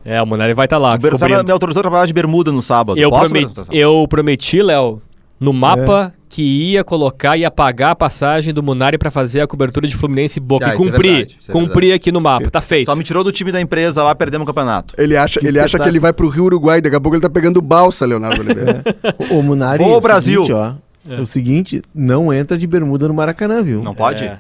É, o Monari vai estar lá.
O Ber- sabe,
cobrindo.
me autorizou a trabalhar de bermuda no sábado.
Eu,
Posso, Tá,
prometi,
Bertão?
eu prometi, Léo, no mapa que ia colocar e pagar a passagem do Munari pra fazer a cobertura de Fluminense e Boca.
Ah,
e
isso é
cumpri.
verdade, isso é
cumpri
verdade.
aqui no mapa. Tá feito.
Só me tirou do time da empresa lá, perdemos o campeonato.
Ele acha que ele, acha que ele vai pro Rio Uruguai, daqui a pouco ele tá pegando balsa, Leonardo Oliveira.
O, o Munari.
Ô,
é o
Brasil!
seguinte, ó, é. o seguinte, não entra de bermuda no Maracanã, viu?
Não pode?
É.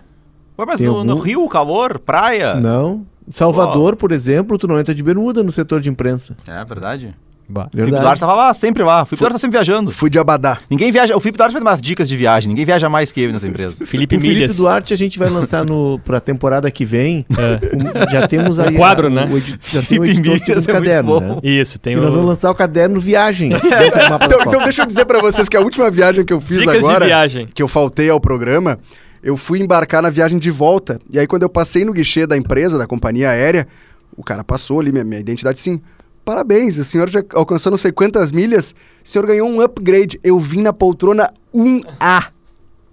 Ué, mas
Tem
no, no
algum-
Rio, calor, praia.
Não. Salvador, por exemplo, tu não entra de bermuda no setor de imprensa.
É verdade.
Bah.
O Felipe
Verdade.
Duarte tá tava lá, sempre lá. O Felipe Duarte tá sempre viajando.
Fui de Abadá.
Ninguém viaja. O Felipe Duarte vai dar umas dicas de viagem. Ninguém viaja mais que ele nessa empresa.
Felipe
o Felipe
Milhas.
Duarte a gente vai lançar no, pra temporada que vem.
É.
Um- já temos aí.
Um quadro,
a-
né?
o edi- já tem o
Felipe
editor que tem um
Milhas é muito
caderno.
bom.
Né?
Isso,
E
tem
nós vamos
o...
lançar o caderno Viagem. dentro do mapa da
Então,
Copa.
então deixa eu dizer pra vocês que a última viagem que eu fiz
Dicas de
agora,
viagem.
que eu faltei ao programa, eu fui embarcar na viagem de volta. E aí quando eu passei no guichê da empresa, da companhia aérea, o cara passou ali minha, minha identidade sim. Parabéns, o senhor já alcançou não sei quantas milhas, o senhor ganhou um upgrade. Eu vim na poltrona 1A.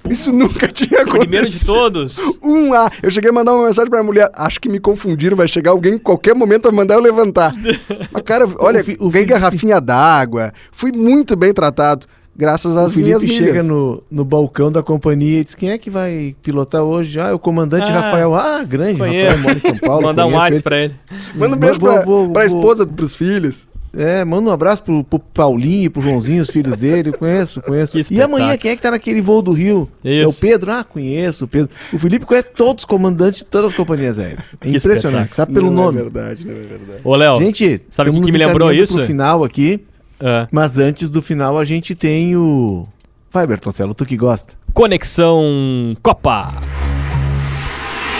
Isso nunca [LAUGHS] tinha acontecido.
Primeiro de todos.
1A. Eu cheguei Um a mandar uma mensagem pra mulher. Acho que me confundiram, vai chegar alguém em qualquer momento vai mandar eu
[LAUGHS]
levantar. Mas, cara, olha,
O fi- o
ganhei
Felipe-
garrafinha d'água. Fui muito bem tratado, graças
O
às minhas
Felipe
milhas.
chega no, no balcão da companhia e diz: quem é que vai pilotar hoje? Ah, é o comandante
Ah,
Rafael. Ah, grande,
Conheço.
Rafael mora em São
[LAUGHS]
Paulo.
Mandar um
conheço
WhatsApp
ele.
pra ele.
Manda um beijo
Vou-
pra,
vou-
pra
vou-
esposa, pros filhos.
É, manda um abraço pro, pro Paulinho, e pro Joãozinho, os filhos dele. Eu conheço, conheço.
Que
E amanhã,
espetáculo.
quem é que tá naquele voo do Rio? É o
Isso.
Pedro? Ah, conheço o Pedro. O Felipe conhece todos os comandantes de todas as companhias aéreas. É
Que
impressionante, sabe pelo
não
nome.
É verdade, não é verdade.
Ô, Léo.
Gente,
Sabe o que
estamos
que
nos
me lembrou
encaminhando pro
isso?
final aqui,
ah,
mas antes do final a gente tem o... Vai, Bertoncelo, tu que gosta.
Conexão Copa.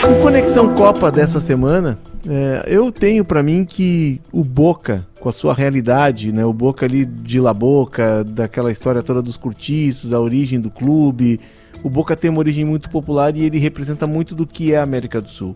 O Conexão Copa dessa semana, é, eu tenho pra mim que o Boca, com a sua realidade, né, o Boca ali de La Boca, daquela história toda dos cortiços, a origem do clube, o Boca tem uma origem muito popular e ele representa muito do que é a América do Sul.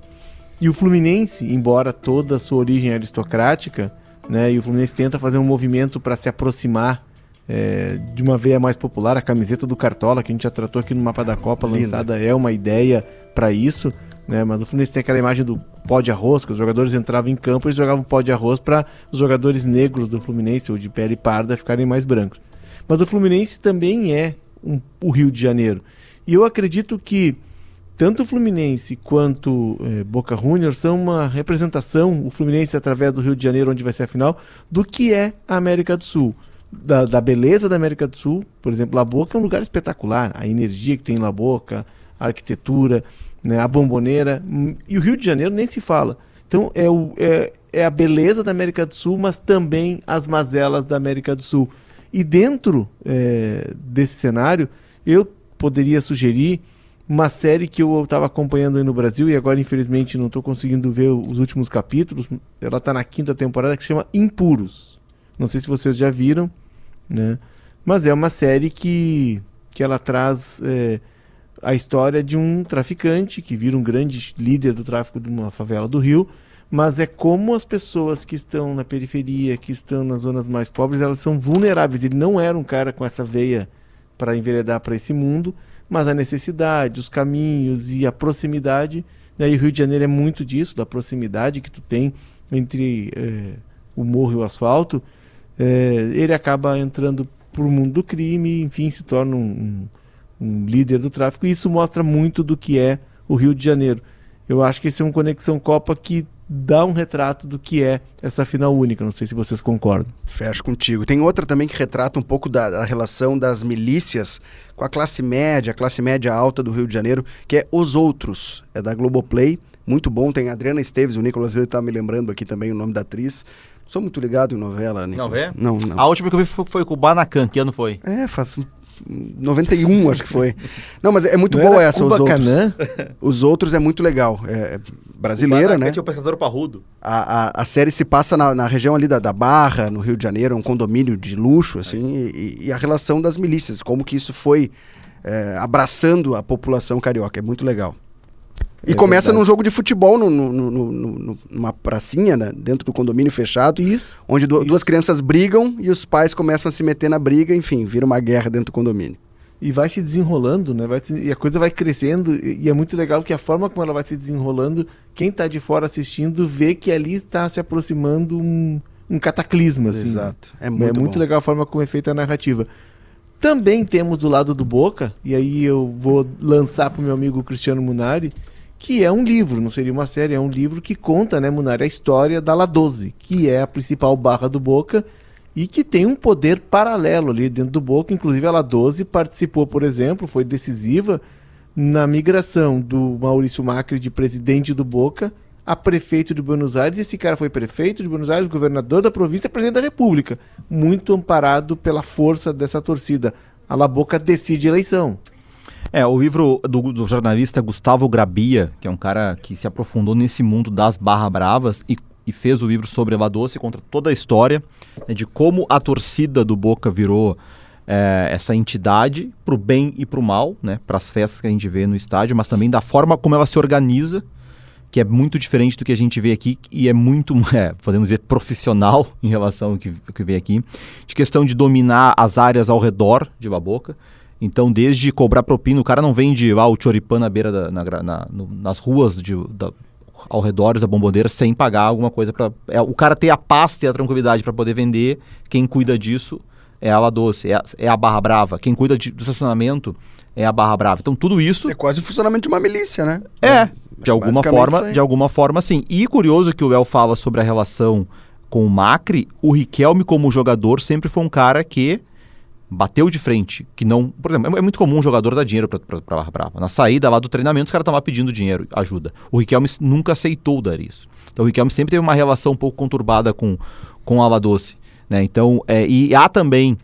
E o Fluminense, embora toda a sua origem é aristocrática, né, e o Fluminense tenta fazer um movimento para se aproximar é, de uma veia mais popular, a camiseta do Cartola, que a gente já tratou aqui no Mapa da Copa,
Linda.
lançada é uma ideia para isso, né, mas o Fluminense tem aquela imagem do pó de arroz, que os jogadores entravam em campo e eles jogavam pó de arroz para os jogadores negros do Fluminense, ou de pele parda, ficarem mais brancos. Mas o Fluminense também é um- o Rio de Janeiro. E eu acredito que tanto o Fluminense quanto eh, Boca Juniors são uma representação, o Fluminense através do Rio de Janeiro, onde vai ser a final, do que é a América do Sul. Da, da beleza da América do Sul, por exemplo, La Boca é um lugar espetacular. A energia que tem em La Boca, a arquitetura, né, a bomboneira. hum, E o Rio de Janeiro nem se fala. Então é, o- é- é a beleza da América do Sul, mas também as mazelas da América do Sul. E dentro eh, desse cenário, eu poderia sugerir uma série que eu estava acompanhando aí no Brasil e agora infelizmente não estou conseguindo ver os últimos capítulos. Ela está na quinta temporada que se chama Impuros. Não sei se vocês já viram, né? Mas é uma série que, que ela traz eh, a história de um traficante que vira um grande líder do tráfico de uma favela do Rio, mas é como as pessoas que estão na periferia, que estão nas zonas mais pobres, elas são vulneráveis. Ele não era um cara com essa veia para enveredar para esse mundo, mas a necessidade, os caminhos e a proximidade, né? e o Rio de Janeiro é muito disso, da proximidade que tu tem entre eh, o morro e o asfalto, eh, ele acaba entrando para o mundo do crime, enfim, se torna um- um um líder do tráfico, e isso mostra muito do que é o Rio de Janeiro. Eu acho que esse é um Conexão Copa que dá um retrato do que é essa final única. Não sei se vocês concordam.
Fecho contigo. Tem outra também que retrata um pouco da, da relação das milícias com a classe média, a classe média alta do Rio de Janeiro, que é Os Outros. É da Globoplay. Muito bom. Tem a Adriana Esteves, o Nicolas ele tá me lembrando aqui também o nome da atriz. Sou muito ligado em novela, Nicolas.
vê?
Não, não.
A última que eu vi foi, foi com o Banacan, que ano foi?
É, faz um- 91, acho que foi. Não, mas é muito
Não
boa
era
essa, Os Outros.
Cubacanã?
Os Outros é muito legal. É é brasileira,
Banacan
né?
Tinha o pescador parrudo.
A, a, a série se passa na, na região ali da, da Barra, no Rio de Janeiro, é um condomínio de luxo, assim, e, e a relação das milícias, como que isso foi é, abraçando a população carioca. É muito legal. E
É
começa
verdade.
num jogo de futebol, num- num- num- num- num- numa pracinha, né, dentro do condomínio fechado,
Isso.
onde du- duas crianças brigam e os pais começam a se meter na briga, enfim, vira uma guerra dentro do condomínio.
E vai se desenrolando, né? Vai se- E a coisa vai crescendo. E e é muito legal que a forma como ela vai se desenrolando, quem tá de fora assistindo vê que ali está se aproximando um, um cataclisma, assim.
É
É muito,
muito, bom.
legal a forma como é feita a narrativa. Também temos do lado do Boca, e aí eu vou lançar pro meu amigo Cristiano Munari, que é um livro, não seria uma série, é um livro que conta, né, Munari, a história da La 12, que é a principal barra do Boca e que tem um poder paralelo ali dentro do Boca. Inclusive a La 12 participou, por exemplo, foi decisiva na migração do Maurício Macri de presidente do Boca a prefeito de Buenos Aires. Esse cara foi prefeito de Buenos Aires, governador da província, presidente da República, muito amparado pela força dessa torcida. A La Boca decide a eleição.
É, o livro do, do jornalista Gustavo Grabia, que é um cara que se aprofundou nesse mundo das barra bravas e, e fez o livro sobre Ela Doce, conta toda a história né, de como a torcida do Boca virou é, essa entidade pro bem e pro mal, né, para as festas que a gente vê no estádio, mas também da forma como ela se organiza, que é muito diferente do que a gente vê aqui e é muito, [LAUGHS] é, podemos dizer, profissional [LAUGHS] em relação ao que, ao que vê aqui, de questão de dominar as áreas ao redor de Baboca. Então, desde cobrar propina, o cara não vende ah, o choripã na beira da, na gra- na- no- nas ruas de, da, ao redor da bomboneira sem pagar alguma coisa para o cara ter a paz e a tranquilidade para poder vender. Quem cuida disso é a La Doce, é a, é a Barra Brava. Quem cuida de- do estacionamento é a Barra Brava. Então, tudo isso
É quase o funcionamento de uma milícia, né?
é, de alguma
basicamente isso
forma,
aí.
de alguma forma sim. E curioso que o El fala sobre a relação com o Macri, o Riquelme como jogador sempre foi um cara que bateu de frente, que não, por exemplo, é- é muito comum um jogador dar dinheiro para Barra Brava. Na saída lá do treinamento, os caras estavam lá pedindo dinheiro, ajuda. O Riquelme s- nunca aceitou dar isso. Então o Riquelme sempre teve uma relação um pouco conturbada com com a Ala Doce, né? Então, é, e há também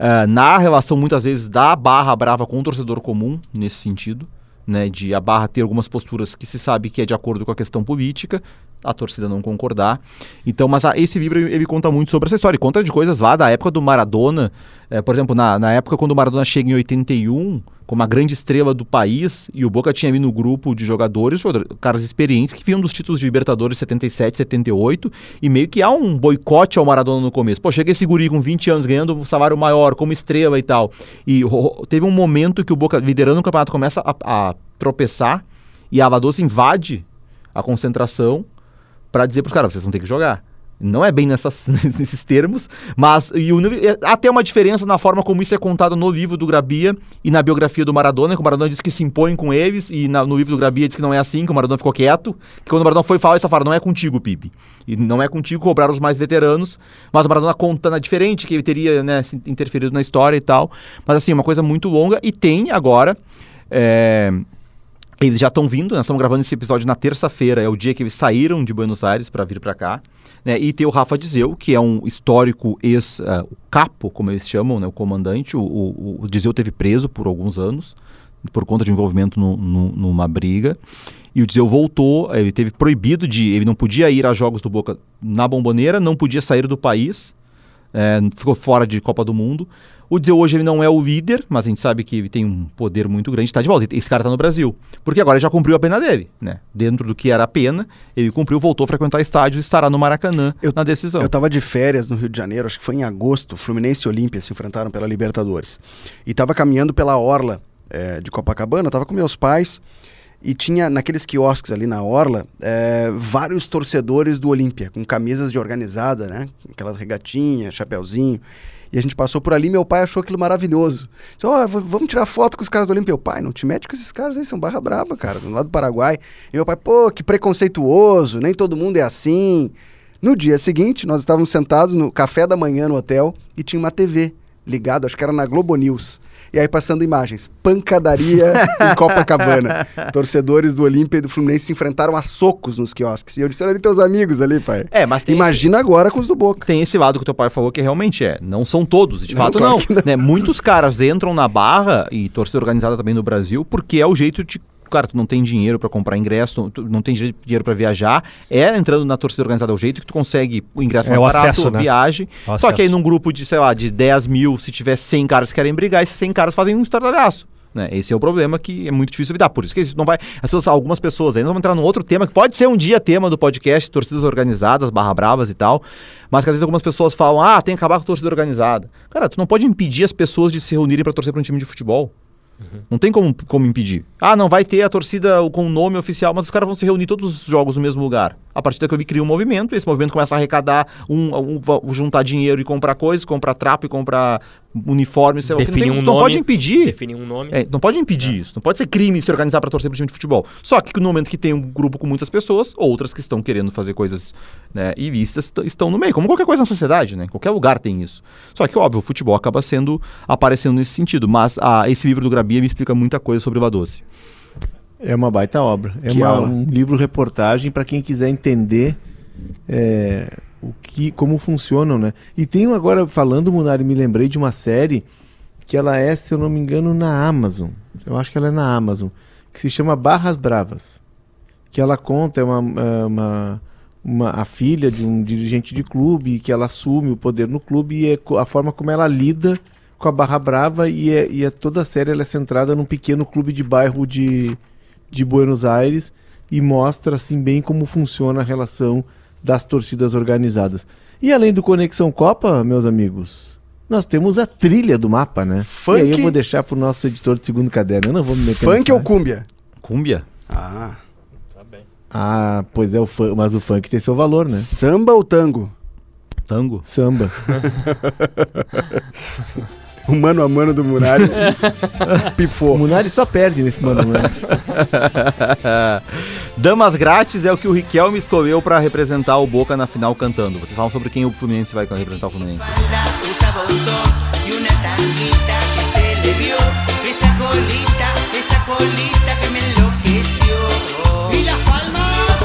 ah, na relação muitas vezes da Barra Brava com o torcedor comum nesse sentido, né, de a barra ter algumas posturas que se sabe que é de acordo com a questão política, a torcida não concordar. Então, mas ah, esse livro ele conta muito sobre essa história, e conta de coisas lá da época do Maradona, eh, por exemplo, na, na época quando o Maradona chega em 81, como a grande estrela do país, e o Boca tinha ali no grupo de jogadores, jogadores- caras experientes que vinham dos títulos de Libertadores 77, 78, e meio que há um boicote ao Maradona no começo. Pô, chega esse guri com 20 anos ganhando um salário maior, como estrela e tal. E ro- teve um momento que o Boca, liderando o campeonato, começa a, a tropeçar e a Avadoce invade a concentração pra dizer pros caras, vocês vão ter que jogar. Não é bem nessas- [LAUGHS] nesses termos, mas e o nível- é- há até uma diferença na forma como isso é contado no livro do Grabia e na biografia do Maradona, que o Maradona diz que se impõe com eles, e na- no livro do Grabia diz que não é assim, que o Maradona ficou quieto, que quando o Maradona foi falar, eles falaram, não é contigo, Pipe. E não é contigo, cobraram os mais veteranos, mas o Maradona contando é diferente, que ele teria né, se interferido na história e tal. Mas assim, uma coisa muito longa, e tem agora... é, eles já estão vindo, né? nós estamos gravando esse episódio na terça-feira, é o dia que eles saíram de Buenos Aires para vir para cá. né? E tem o Rafa Dizeu, que é um histórico ex-capo, como eles chamam, né? o comandante. O, o, o Dizeu teve preso por alguns anos, por conta de envolvimento no- no- numa briga. E o Dizeu voltou, ele teve proibido de. Ele não podia ir a jogos do Boca na Bomboneira, não podia sair do país. É, ficou fora de Copa do Mundo. O Dzeu hoje ele não é o líder, mas a gente sabe que ele tem um poder muito grande, está de volta. Esse cara está no Brasil. Porque agora ele já cumpriu a pena dele, né? Dentro do que era a pena, ele cumpriu, voltou a frequentar estádios e estará no Maracanã
Eu-
na decisão.
Eu tava de férias no Rio de Janeiro, acho que foi em agosto, Fluminense e Olímpia se enfrentaram pela Libertadores. E tava caminhando pela orla eh, de Copacabana, tava com meus pais, e tinha naqueles quiosques ali na orla eh, vários torcedores do Olímpia, com camisas de organizada, né? Aquelas regatinhas, chapeuzinho. E a gente passou por ali, meu pai achou aquilo maravilhoso. Disse, ó, v- vamos tirar foto com os caras do Olímpio. Meu pai, não te mete com esses caras aí, são barra braba, cara, do lado do Paraguai. E meu pai, pô, que preconceituoso, nem todo mundo é assim. No dia seguinte, nós estávamos sentados no café da manhã no hotel e tinha uma TV ligada, acho que era na Globo News. E aí passando imagens, pancadaria em Copacabana. Torcedores do Olímpia e do Fluminense se enfrentaram a socos nos quiosques. E eu disse, olha ali teus amigos ali, pai.
É, mas tem,
Imagina agora com os do Boca.
tem esse lado que o teu pai falou que realmente é. Não são todos, de
Não,
fato
claro
não. né? Muitos caras entram na barra e torcida organizada também no Brasil porque é o jeito de. Cara, tu não tem dinheiro pra comprar ingresso, tu- tu não tem dinhe- dinheiro pra viajar. É entrando na torcida organizada é o jeito que tu consegue o ingresso
É
mais
o
barato,
acesso, né?
viagem.
É o
Só que aí
acesso.
num grupo de, sei lá, de 10 mil, se tiver 100 caras que querem brigar, esses 100 caras fazem um estardalhaço. Né? Esse é o problema que é muito difícil evitar. Por isso que isso não vai. As pessoas, algumas pessoas ainda vão entrar num outro tema, que pode ser um dia tema do podcast, torcidas organizadas, barra bravas e tal. Mas que às vezes algumas pessoas falam, ah, tem que acabar com a torcida organizada. Cara, tu não pode impedir as pessoas de se reunirem para torcer para um time de futebol. Não tem como, como impedir. Ah, não vai ter a torcida com o nome oficial, mas os caras vão se reunir todos os jogos no mesmo lugar. A partir daí que eu vi, cria um movimento, e esse movimento começa a arrecadar, um, um- um- juntar dinheiro e comprar coisas, comprar trapo e comprar uniforme, sei lá. o que. Não,
Definir
tem-
um
não
nome.
pode impedir.
Definir um nome.
É, não pode impedir isso. Não pode ser crime se organizar para torcer para time de futebol. Só que no momento que tem um grupo com muitas pessoas, outras que estão querendo fazer coisas né, ilícitas est- estão no meio. Como qualquer coisa na sociedade, né? Qualquer lugar tem isso. Só que, óbvio, o futebol acaba sendo aparecendo nesse sentido. Mas ah, esse livro do Grabia me explica muita coisa sobre o Badoce.
É uma baita obra. É
Que
uma-
aula.
um livro-reportagem para quem quiser entender é, o que, como funcionam, né? E tem um agora, falando, Munari, me lembrei de uma série que ela é, se eu não me engano, na Amazon. Eu acho que ela é na Amazon. Que se chama Barras Bravas. Que ela conta, é uma- é uma uma, a filha de um dirigente de clube, que ela assume o poder no clube e é co- a forma como ela lida com a Barra Brava e, é, e é toda a série ela é centrada num pequeno clube de bairro de, de Buenos Aires e mostra assim bem como funciona a relação das torcidas organizadas. E além do Conexão Copa, meus amigos, nós temos a trilha do mapa, né? E aí eu
Funk-
vou deixar pro nosso editor de segundo caderno, eu não vou me meter
Funk
nessa-
é ou cúmbia?
Cúmbia?
Ah,
Ah, pois é, o fun... mas o funk tem seu valor, né?
samba ou tango?
Tango?
Samba.
O mano a mano do Muralha pifou.
O Munari só perde nesse mano, né?
Damas grátis é o que o Riquelme escolheu para representar o Boca na final cantando. Vocês falam sobre quem o Fluminense vai representar o Fluminense.
un saboto y una tanguita que se le vio. Esa colita, esa colita que me enloqueció. Y las palmas,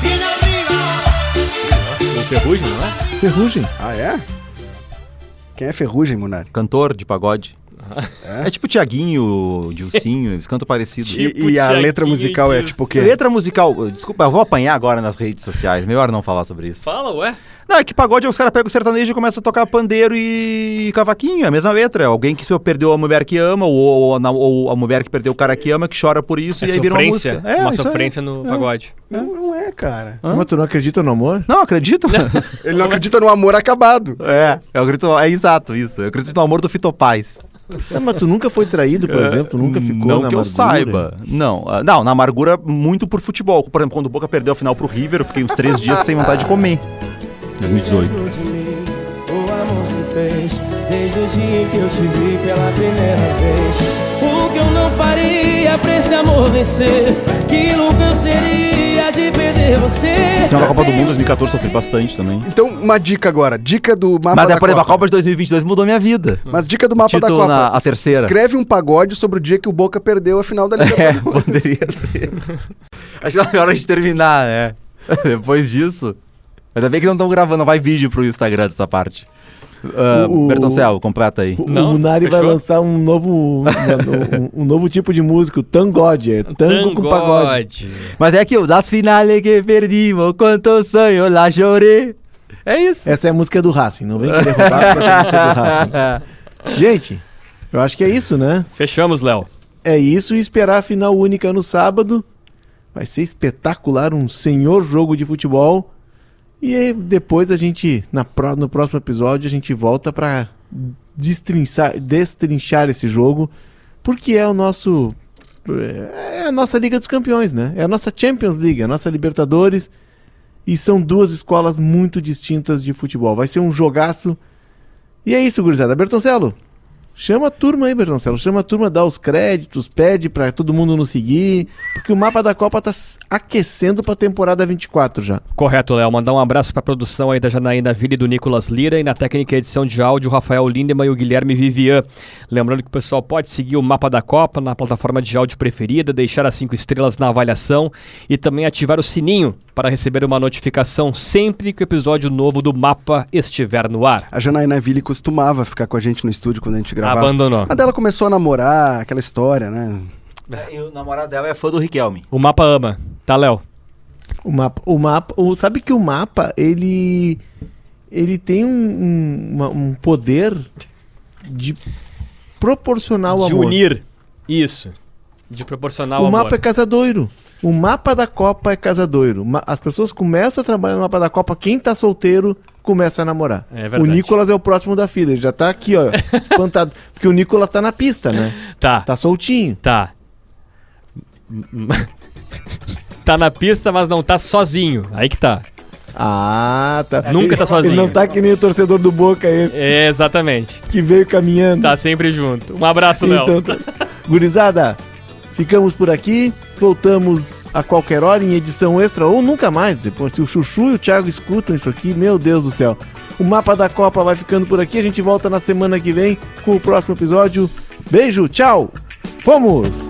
bien arriba.
O Ferrugem, não é?
Ferrugem.
Ah, é? Quem é ferrugem, Munari?
Cantor de pagode. É, tipo Tiaguinho, Dilcinho, eles cantam parecido.
E, e a
Tiaguinho
letra musical é
diz-
tipo o quê?
Letra musical, eu- desculpa, eu vou apanhar agora nas redes sociais, melhor não falar sobre isso.
Fala, ué.
Não, é que pagode os caras pegam o sertanejo e começam a tocar pandeiro e cavaquinho, é a mesma letra. É Alguém que perdeu a mulher que ama, ou, ou a na- ou a mulher que perdeu o cara que ama, que chora por isso,
É
e aí vira uma
sofrência.
música.
Uma,
isso aí.
sofrência no pagode.
Não, não é, cara.
Mas tu não acredita no amor?
Não, acredito, mas...
Ele não acredita no amor acabado.
[LAUGHS] É, eu acredito, é exato isso. Eu acredito no amor do Fitopaz.
Não, É, mas tu nunca foi traído, por exemplo? Nunca ficou
Hum, Não
na
que eu
amargura?
saiba. Não, ah, não, na amargura, muito por futebol. Por exemplo, quando o Boca perdeu a final pro River, eu fiquei uns três dias sem vontade de comer. 2018.
dentro de mim O amor se fez Desde o dia em que eu te vi pela primeira vez O que eu não faria pra esse amor vencer Que louco eu seria de perder você
Então, Na Copa do
Sem
Mundo 2014 sofri bastante também.
Então, uma dica agora. Dica do mapa
Mas
da
é, por exemplo, a
Copa.
Copa de 2022 mudou minha vida.
Mas dica do mapa da
Título
Copa.
na- a terceira.
Escreve um pagode sobre o dia que o Boca perdeu a final da
[LAUGHS] [LAUGHS] É,
Libertadores.
poderia ser. Acho que é melhor a gente terminar, né? [LAUGHS] Depois disso. Ainda bem que não estão gravando, não vai vídeo pro Instagram dessa parte. Ah,
O- o-
Bertoncel, completa aí.
O,
Não,
o Nari vai
fechou?
lançar um novo, um- um, um novo tipo de música, o tangode. É tango com pagode.
Mas é que o das finales que perdimos, quanto sonho lá chorei. É isso.
Essa é a música do Racing, não vem querer roubar porque essa é a música do Racing.
[LAUGHS]
Gente, eu acho que é isso, né?
Fechamos, Léo.
É isso e esperar a final única no sábado. Vai ser espetacular, um senhor jogo de futebol. E aí, depois a gente, na pró- no próximo episódio, a gente volta para destrinchar, destrinchar esse jogo, porque é o nosso. É a nossa Liga dos Campeões, né? É a nossa Champions League, a nossa Libertadores. E são duas escolas muito distintas de futebol. Vai ser um jogaço E é isso, gurizada. Bertoncelo, chama a turma aí, Bertoncelo. Chama a turma, dá os créditos, pede pra todo mundo nos seguir, porque o mapa da Copa tá s- aquecendo pra temporada 24 já.
Correto, Léo. Mandar um abraço para a produção aí da Janaína Vila e do Nicolas Lira e na técnica e edição de áudio, o Rafael Lindemann e o Guilherme Vivian. Lembrando que o pessoal pode seguir o Mapa da Copa na plataforma de áudio preferida, deixar as cinco estrelas na avaliação e também ativar o sininho para receber uma notificação sempre que o episódio novo do Mapa estiver no ar.
A Janaína Ville costumava ficar com a gente no estúdio quando a gente gravava.
Abandonou.
Mas dela começou a namorar, aquela história, né?
É, e o namorado dela é fã do Riquelme.
O Mapa ama, tá, Léo?
O mapa, o mapa, o, sabe que o mapa ele ele tem um, um, uma- um poder de proporcionar o
de
amor.
unir. Isso. De proporcionar o,
o
amor.
mapa é casadoiro. O mapa da Copa é casadoiro. Ma- As pessoas começam a trabalhar no mapa da Copa. Quem tá solteiro começa a namorar.
É verdade.
o Nicolas é o próximo da fila. Ele já tá aqui,
[LAUGHS]
ó, espantado. Porque o Nicolas tá na pista, né?
Tá.
Tá soltinho.
Tá. [LAUGHS] tá na pista, mas não tá sozinho. Aí que tá.
Ah, tá.
Nunca tá sozinho.
Ele não tá que nem o torcedor do Boca esse,
É, exatamente.
que veio caminhando.
Tá sempre junto. Um abraço, Léo.
Então, tá. Gurizada, ficamos por aqui. Voltamos a qualquer hora em edição extra ou nunca mais. Depois, se o Chuchu e o Thiago escutam isso aqui, meu Deus do céu. O mapa da Copa vai ficando por aqui. A gente volta na semana que vem com o próximo episódio. Beijo, tchau. Fomos!